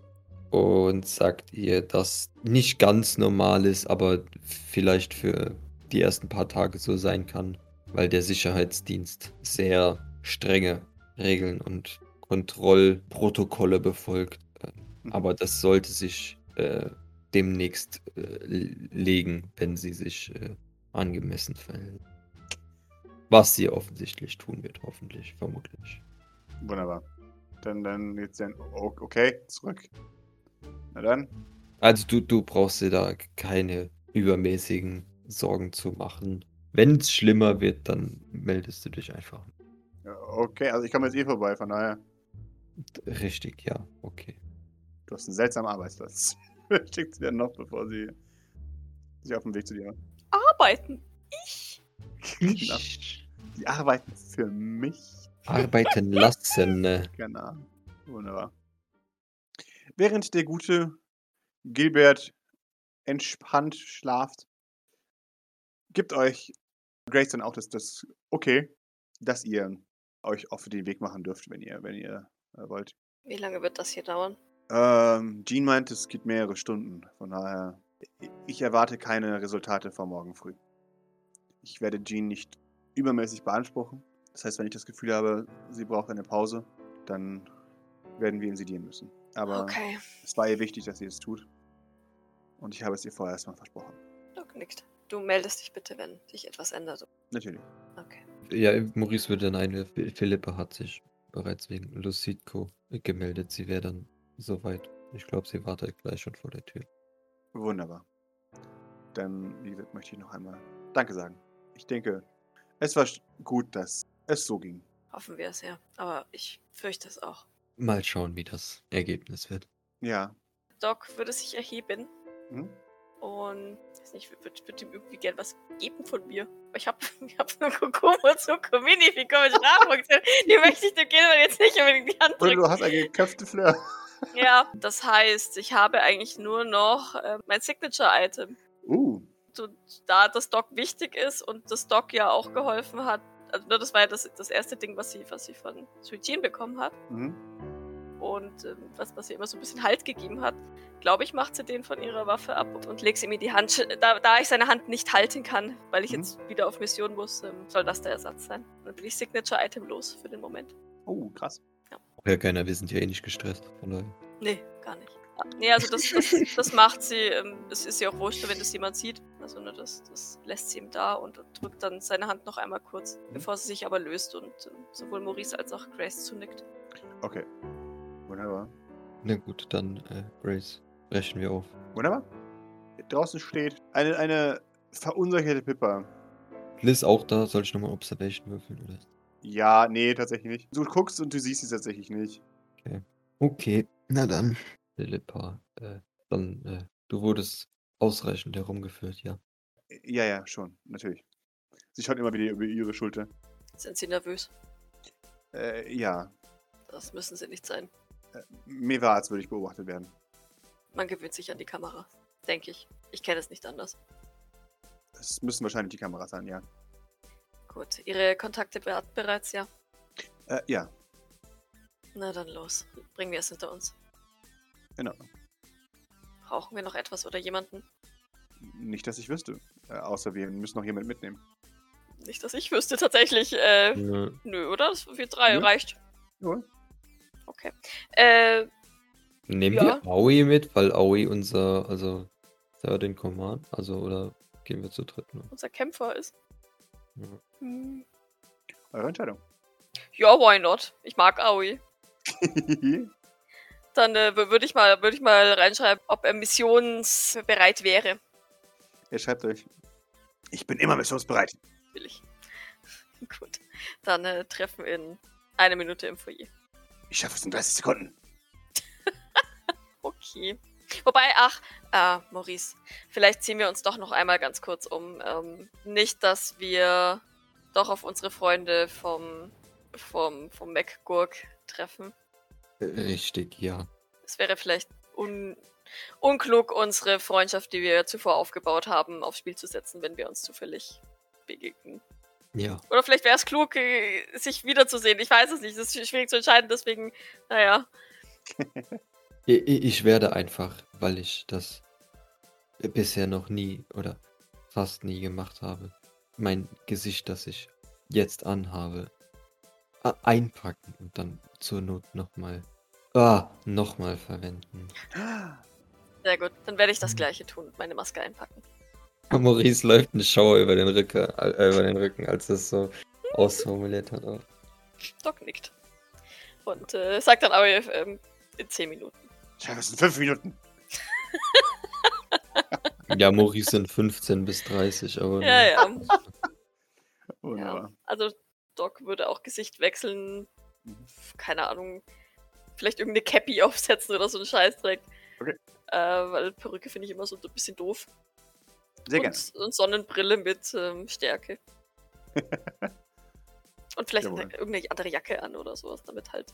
und sagt ihr, dass nicht ganz normal ist, aber vielleicht für die ersten paar Tage so sein kann, weil der Sicherheitsdienst sehr strenge Regeln und Kontrollprotokolle befolgt. Aber das sollte sich äh, demnächst äh, legen, wenn sie sich äh, angemessen verhält. Was sie offensichtlich tun wird, hoffentlich, vermutlich. Wunderbar. Dann, dann jetzt dann. o- Okay, zurück. Na dann. Also du, du brauchst dir da keine übermäßigen Sorgen zu machen. Wenn es schlimmer wird, dann meldest du dich einfach. Ja, Okay, also ich komme jetzt eh vorbei, von daher. Richtig, ja, okay. Du hast einen seltsamen Arbeitsplatz. Schickt sie dann noch, bevor sie sich auf den Weg zu dir macht. Arbeiten. Ich. Genau. Die arbeiten für mich. Arbeiten lassen. ne? Keine Ahnung. Genau. Wunderbar. Während der gute Gilbert entspannt schlaft, gibt euch Grace dann auch das, das Okay, dass ihr euch auch für den Weg machen dürft, wenn ihr, wenn ihr äh, wollt. Wie lange wird das hier dauern? Ähm, Jean meint, es geht mehrere Stunden. Von daher, ich erwarte keine Resultate vor morgen früh. Ich werde Jean nicht übermäßig beanspruchen. Das heißt, wenn ich das Gefühl habe, sie braucht eine Pause, dann werden wir ihn sedieren müssen. Aber okay, es war ihr wichtig, dass sie es tut. Und ich habe es ihr vorher erstmal versprochen. Doc nickt. Du meldest dich bitte, wenn sich etwas ändert. Natürlich. Okay. Ja, Maurice würde dann einwerfen. Philippa hat sich bereits wegen Lucidco gemeldet. Sie wäre dann soweit. Ich glaube, sie wartet gleich schon vor der Tür. Wunderbar. Dann, wie gesagt, möchte ich noch einmal Danke sagen. Ich denke, es war sch- gut, dass es so ging. Hoffen wir es ja. Aber ich fürchte es auch. Mal schauen, wie das Ergebnis wird. Ja. Doc würde sich erheben Hm? und weiß nicht, ich würde würd ihm irgendwie gern was geben von mir. Aber ich habe ich hab nur Kokomo zu Komini, wie komme ich nachwuchsen? Die möchte ich dem Gilbert jetzt nicht unbedingt die Hand Und drücken. du hast eine geköpfte Flair. Ja, das heißt, ich habe eigentlich nur noch äh, mein Signature-Item. Uh. und da das Doc wichtig ist und das Doc ja auch geholfen hat, also ne, das war ja das, das erste Ding, was sie, was sie von Suitin bekommen hat Mhm. und ähm, was, was sie immer so ein bisschen Halt gegeben hat, glaube ich, macht sie den von ihrer Waffe ab und, und legt sie ihm in die Hand. Sch- Da, da ich seine Hand nicht halten kann, weil ich Mhm. jetzt wieder auf Mission muss, ähm, soll das der Ersatz sein. Dann bin ich Signature-Item los für den Moment. Oh, krass. Ja, keiner, wir sind ja eh nicht gestresst. Von daher. Nee, gar nicht. Ah, Nee, also das, das, das macht sie, ähm, es ist ihr auch wurscht, wenn das jemand sieht. Also ne, das, das lässt sie ihm da und, und drückt dann seine Hand noch einmal kurz, bevor sie sich aber löst und ähm, sowohl Maurice als auch Grace zunickt. Okay. Wunderbar. Na gut, dann, äh, Grace, brechen wir auf. Wunderbar. Draußen steht eine, eine verunsicherte Pippa. Liz auch da, soll ich nochmal Observation würfeln? Oder? Ja, nee, tatsächlich nicht. Du guckst und du siehst sie tatsächlich nicht. Okay, na dann. Philippa, äh, dann, äh, du wurdest ausreichend herumgeführt, ja. Ja, ja, schon, natürlich. Sie schaut immer wieder über ihre Schulter. Sind sie nervös? Äh, ja, Äh, Das müssen sie nicht sein. mir war, als würde ich beobachtet werden. Man gewöhnt sich an die Kamera, denke ich. Ich kenne es nicht anders. Es müssen wahrscheinlich die Kameras sein, ja. Gut, ihre Kontakte be- hat bereits, ja. Äh, ja, Na dann los, bringen wir es hinter uns. genau. Brauchen wir noch etwas oder jemanden? Nicht, dass ich wüsste. Äh, außer wir müssen noch jemanden mitnehmen. Nicht, dass ich wüsste tatsächlich. Äh, nö, oder? Das- Wir drei Nö. reicht. Ja. Okay. Äh, Nehmen Ja. wir Aoi mit, weil Aoi unser, also, Third in Command, also, oder gehen wir zu dritt nur? unser Kämpfer ist. Ja. Hm. Eure Entscheidung. Ja, why not? Ich mag Aoi. Dann äh, wür- würde ich, mal- würd ich mal reinschreiben, ob er missionsbereit wäre. Ihr schreibt euch. Ich bin immer missionsbereit. Will ich. Gut. Dann äh, treffen in einer Minute im Foyer. Ich schaffe es in 30 Sekunden. Okay. Wobei, ach, ah, Maurice, vielleicht ziehen wir uns doch noch einmal ganz kurz um. Ähm, nicht, dass wir doch auf unsere Freunde vom, vom, vom MacGurk treffen. Richtig, ja. Es wäre vielleicht un unklug, unsere Freundschaft, die wir zuvor aufgebaut haben, aufs Spiel zu setzen, wenn wir uns zufällig begegnen. Ja. Oder vielleicht wäre es klug, äh, sich wiederzusehen. Ich weiß es nicht. Es ist schwierig zu entscheiden, deswegen, naja. I- i- Ich werde einfach, weil ich das bisher noch nie oder fast nie gemacht habe, mein Gesicht, das ich jetzt anhabe, a- einpacken und dann zur Not nochmal, ah, nochmal verwenden. Sehr gut. Dann werde ich das Mhm. gleiche tun und meine Maske einpacken. Maurice läuft ein Schauer über den Rücken, äh, über den Rücken als das so ausformuliert hat. auch. Doc nickt. Und äh, sagt dann aber ähm, in 10 Minuten. Ich schaffe es in 5 Minuten. Ja, Maurice sind 15 bis 30, aber Ja, ja. Wunderbar. Also Doc würde auch Gesicht wechseln. Mhm. Keine Ahnung. Vielleicht irgendeine Cappy aufsetzen oder so einen Scheißdreck. Okay. Äh, weil Perücke finde ich immer so ein bisschen doof. Sehr und, gerne. und Sonnenbrille mit ähm, Stärke. und vielleicht Jawohl. eine, irgendeine andere Jacke an oder sowas, damit halt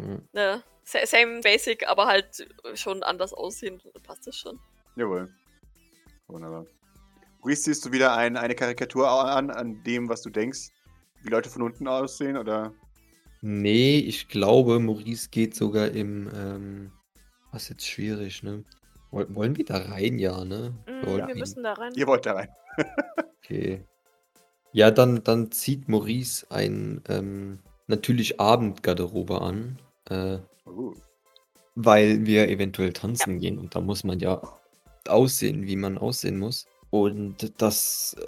ja. ne, sa- same basic, aber halt schon anders aussehen. Passt das schon. Jawohl. Wunderbar. Maurice, siehst du wieder ein, eine Karikatur au- an, an dem, was du denkst, wie Leute von unten aussehen? Oder Nee, ich glaube, Maurice geht sogar im. Ähm, was jetzt schwierig, ne? Woll- Wollen wir da rein, ja, ne? Mm, wollten wir ihn. müssen da rein. Ihr wollt da rein. Okay. Ja, dann, dann zieht Maurice ein ähm, natürlich Abendgarderobe an, äh, Uh, weil wir eventuell tanzen gehen und da muss man ja aussehen, wie man aussehen muss. Und das, äh,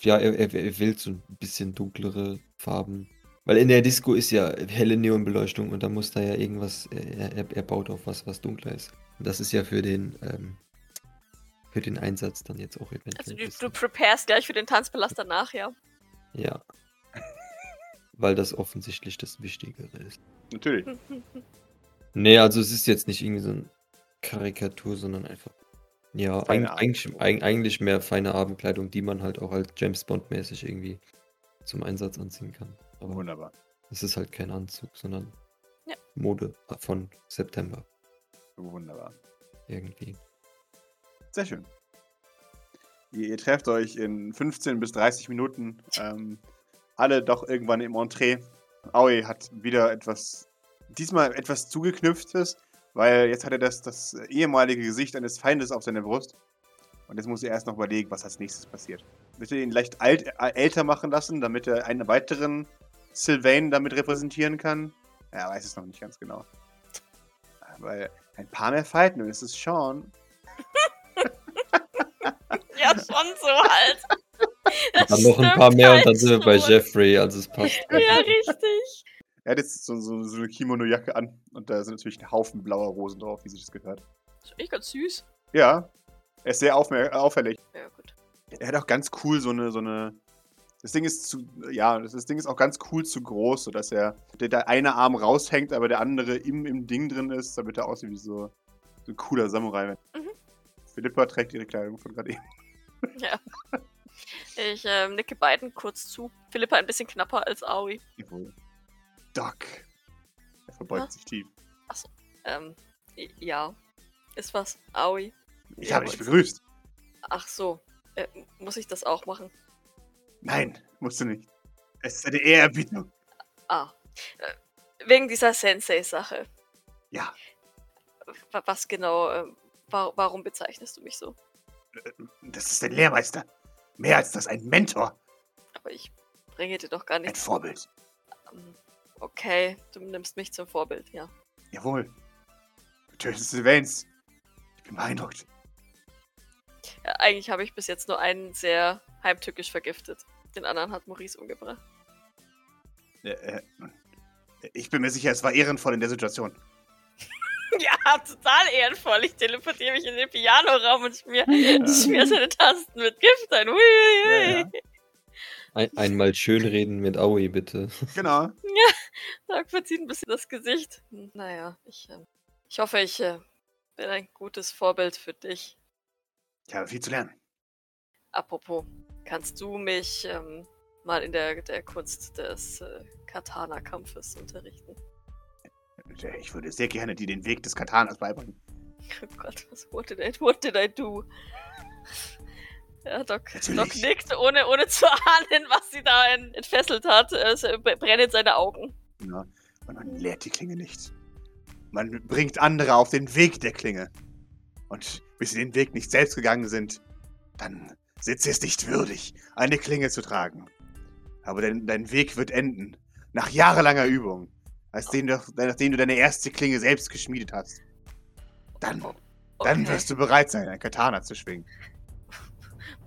ja, er, er, er will so ein bisschen dunklere Farben. Weil in der Disco ist ja helle Neonbeleuchtung und da muss da ja irgendwas, er, er, er baut auf was, was dunkler ist. Und das ist ja für den, ähm, für den Einsatz dann jetzt auch eventuell. Also ein du, du bisschen- preparest gleich für den Tanzpalast danach, ja. ja. Weil das offensichtlich das Wichtigere ist. natürlich. Nee, also es ist jetzt nicht irgendwie so eine Karikatur, sondern einfach. Ja, Feine eig- eigentlich, eig- eigentlich mehr feine Abendkleidung, die man halt auch als James Bond-mäßig irgendwie zum Einsatz anziehen kann. Aber Wunderbar. es ist halt kein Anzug, sondern Ja. Mode von September Wunderbar. irgendwie. Sehr schön. Ihr, ihr trefft euch in 15 bis 30 Minuten. Ähm, alle doch irgendwann im Entree. Aoi hat wieder etwas, diesmal etwas zugeknüpftes, weil jetzt hat er das, das ehemalige Gesicht eines Feindes auf seiner Brust. Und jetzt muss er erst noch überlegen, was als nächstes passiert. Wird er ihn leicht alt, äh, älter machen lassen, damit er einen weiteren Sylvain damit repräsentieren kann? Er weiß es noch nicht ganz genau. Weil ein paar mehr fighten und es ist Sean Ja, schon so halt. Das Dann noch ein stimmt paar mehr und dann halt sind wir bei schon. Jeffrey, also es passt. Ja, richtig. Er hat jetzt so, so, so eine Kimono-Jacke an und da sind natürlich ein Haufen blauer Rosen drauf, wie sich das gehört. Das ist echt ganz süß. Ja, er ist sehr aufmer- äh, auffällig. Ja, gut. Er hat auch ganz cool so eine, so eine. Das Ding ist zu, ja, das, das Ding ist auch ganz cool zu groß, sodass er der, der eine Arm raushängt, aber der andere im, im Ding drin ist, damit er aussieht wie so, so ein cooler Samurai. Mhm. Philippa trägt ihre Kleidung von gerade eben. Ich ähm, nicke beiden kurz zu. Philippa ein bisschen knapper als Aoi. Jawohl. Doc. Er verbeugt Ja. sich tief. Ähm, i- ja. Ist was, Aoi? Ich habe dich Jawohl. begrüßt. Ach so. Äh, muss ich das auch machen? Nein, musst du nicht. Es ist eine Ehrerbietung. Ah. Äh, wegen dieser Sensei-Sache. Ja. Wa- Was genau, ähm, wa warum bezeichnest du mich so? Das ist ein Lehrmeister. Mehr als das, ein Mentor, Aber ich bringe dir doch gar ein nichts. Vorbild. Ähm, Okay, du nimmst mich zum Vorbild, ja. Jawohl. Du tötest Sylvains. Ich bin beeindruckt. Ja, Äh, eigentlich habe ich bis jetzt nur einen sehr heimtückisch vergiftet. Den anderen hat Maurice umgebracht. Äh, äh, ich bin mir sicher, es war ehrenvoll in der Situation. Ja, total ehrenvoll. Ich teleportiere mich in den Pianoraum und schmier, schmier seine Tasten mit Gift ein. Hui, hui, hui. Ja, ja. Ein, einmal schönreden mit Aoi, bitte. Genau. Doc verzieht ein bisschen das Gesicht. Hm, Naja, ich, ähm, ich hoffe, ich äh, bin ein gutes Vorbild für dich. Ich habe viel zu lernen. Apropos, kannst du mich ähm, mal in der, der Kunst des äh, Katana-Kampfes unterrichten? Ich würde sehr gerne dir den Weg des Katanas beibringen. Oh Gott, was what did I, what did I do? Ja, Doc, Doc Natürlich. nickt, ohne, ohne zu ahnen, was sie da en- entfesselt hat. Es äh, b- brennen seine Augen. Ja. Und Ne? man lehrt die Klinge nicht. Man bringt andere auf den Weg der Klinge. Und bis sie den Weg nicht selbst gegangen sind, dann sind sie es nicht würdig, eine Klinge zu tragen. Aber dein, dein Weg wird enden, nach jahrelanger Übung, als den du, nachdem du deine erste Klinge selbst geschmiedet hast. Dann, Oh, dann wirst du bereit sein, ein Katana zu schwingen.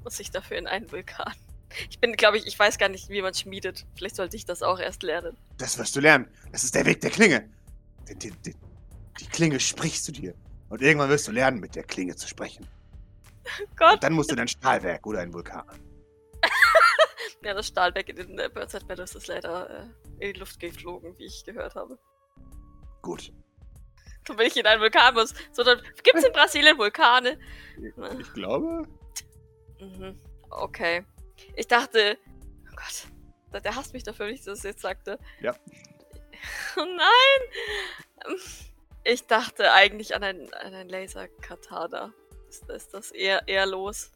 Muss ich dafür in einen Vulkan? Ich bin, glaube ich, ich weiß gar nicht, wie man schmiedet. Vielleicht sollte ich das auch erst lernen. Das wirst du lernen. Das ist der Weg der Klinge. Die, die, die, die Klinge spricht zu dir. Und irgendwann wirst du lernen, mit der Klinge zu sprechen. Gott, Und dann musst du in ein Stahlwerk oder einen Vulkan. ja, das Stahlwerk in den äh, Birdside Meadows ist leider äh, in die Luft geflogen, wie ich gehört habe. Gut. Und wenn ich in einen Vulkan muss, so dann gibt es in Brasilien Vulkane. Ich glaube. Mhm. Okay. Ich dachte, oh Gott, der, der hasst mich dafür, wenn ich das jetzt sagte. Ja. Oh nein! Ich dachte eigentlich an einen, an einen Laser-Katana. Ist, ist das eher, eher los?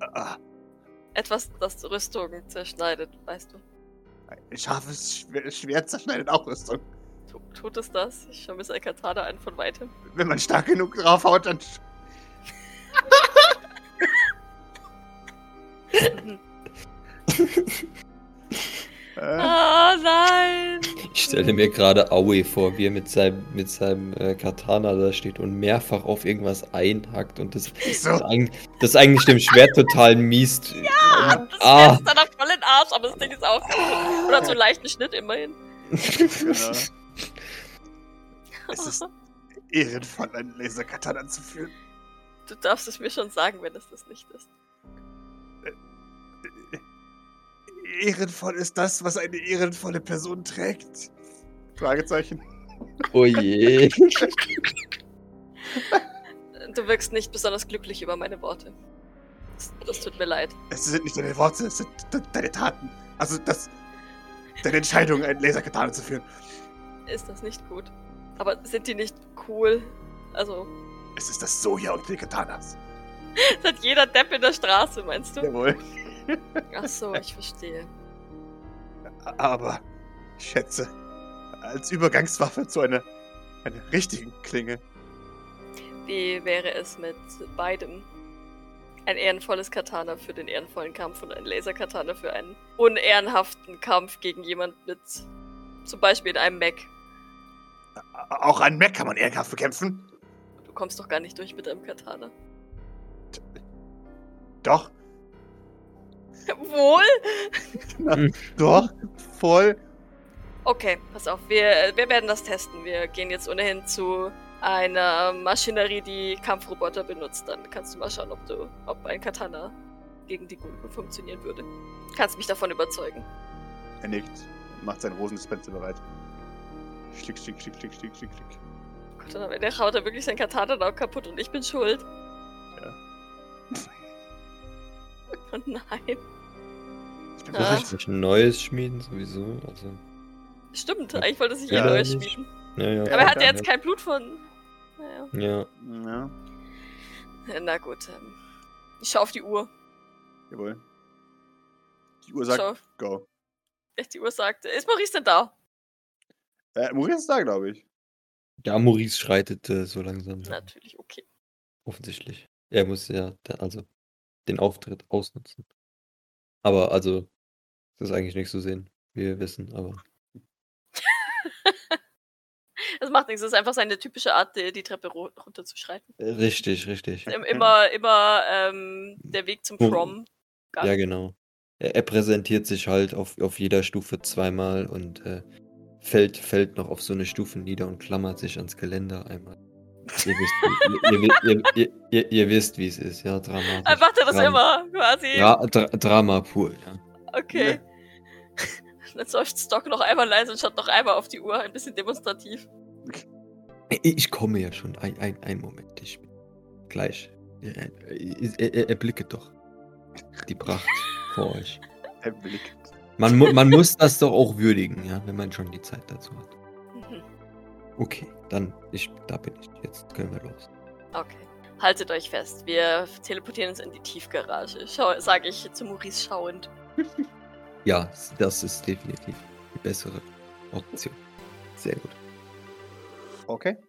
Ah, Etwas, das Rüstungen zerschneidet, weißt du. Ein scharfes Schwer- Schwert zerschneidet auch Rüstung. Tu- Tut es das? Ich schaue mir sein Katana an von weitem. Wenn man stark genug draufhaut, dann. sch- Äh, Ah, nein! Ich stelle mir gerade Aue vor, wie er mit seinem, mit seinem äh, Katana da steht und mehrfach auf irgendwas einhackt und das, das, so. eig- das eigentlich dem Schwert total miest. Ah, das Ah. ah. ist dann voll in den Arsch, aber das Ding ist auch. Ah. Oder so einen leichten Schnitt immerhin. Genau. Es ist ehrenvoll, einen Laserkatana zu führen. Du darfst es mir schon sagen, wenn es das nicht ist. Ehrenvoll ist das, was eine ehrenvolle Person trägt. Fragezeichen. Oh je. Du wirkst nicht besonders glücklich über meine Worte. Das, das tut mir leid. Es sind nicht deine Worte, es sind de deine Taten. Also das. Deine Entscheidung, einen Laserkatana zu führen. Ist das nicht gut? Aber sind die nicht cool? Also, Es ist das Soja und die Katanas. das hat jeder Depp in der Straße, meinst du? Jawohl. Ach so, ich verstehe. Aber, ich schätze, als Übergangswaffe zu einer, einer richtigen Klinge. Wie wäre es mit beidem? Ein ehrenvolles Katana für den ehrenvollen Kampf und ein Laserkatana für einen unehrenhaften Kampf gegen jemand mit zum Beispiel in einem Mech. A- Auch einen Mech kann man ehrenhaft bekämpfen. Du kommst doch gar nicht durch mit einem Katana. Doch, Wohl? doch, voll. Okay, pass auf, wir, äh, wir werden das testen. Wir gehen jetzt ohnehin zu einer Maschinerie, die Kampfroboter benutzt. Dann kannst du mal schauen, ob, du, ob ein Katana gegen die Guten funktionieren würde. Kannst mich davon überzeugen. Er nickt, macht seinen Rosendispenser bereit. Schlick, schlick, schlick, schlick, schlick, schlick, schlick. Gott, und am Ende haut er wirklich sein Katana da kaputt und ich bin schuld. Ja. oh nein. Ich bin Ah. bereit. Muss ich ein neues schmieden sowieso? Also, Stimmt, eigentlich wollte sich Ja. ja neu Ja, nicht. schmieden. ja, ja. Aber er hat ja ja. jetzt kein Blut von. Naja. Ja. Ja, Na gut. ähm, Ich schau auf die Uhr. jawohl. Die Uhr sagt, Schau. go. Echt, die Uhr sagt. Ist Maurice denn da? Äh, Maurice ist da, glaube ich. ja, Maurice schreitet äh, so langsam. Natürlich, okay. Offensichtlich. Er muss ja da- also den Auftritt ausnutzen. Aber also, das ist eigentlich nichts zu sehen, wie wir wissen, aber. Das macht nichts, das ist einfach seine typische Art, die, die Treppe ru- runterzuschreiten. äh, Richtig, richtig. Im, immer, immer ähm, der Weg zum Wo- Prom. Ja, genau. Er, er präsentiert sich halt auf, auf jeder Stufe zweimal und äh, fällt, fällt noch auf so eine Stufe nieder und klammert sich ans Geländer einmal. Ihr wisst, ihr, ihr, ihr, ihr, ihr, ihr wisst wie es ist, ja, dramatisch. Er macht er das Dram- immer, quasi. Dra Dra Drama pur, ja. Okay. Dann seufzt Doc noch einmal leise und schaut noch einmal auf die Uhr, ein bisschen demonstrativ. Ich ich komme ja schon. Ein, ein, ein Moment. Ich bin gleich. Er, er, er, erblicke doch die Pracht vor euch. Er blickt. Man, mu man muss das doch auch würdigen, ja, wenn man schon die Zeit dazu hat. Mhm. Okay, dann ich, da bin ich. Jetzt können wir los. Okay. Haltet euch fest, wir teleportieren uns in die Tiefgarage, Schau, sage ich zu Maurice schauend. Ja, das ist definitiv die bessere Option. Sehr gut. Okay.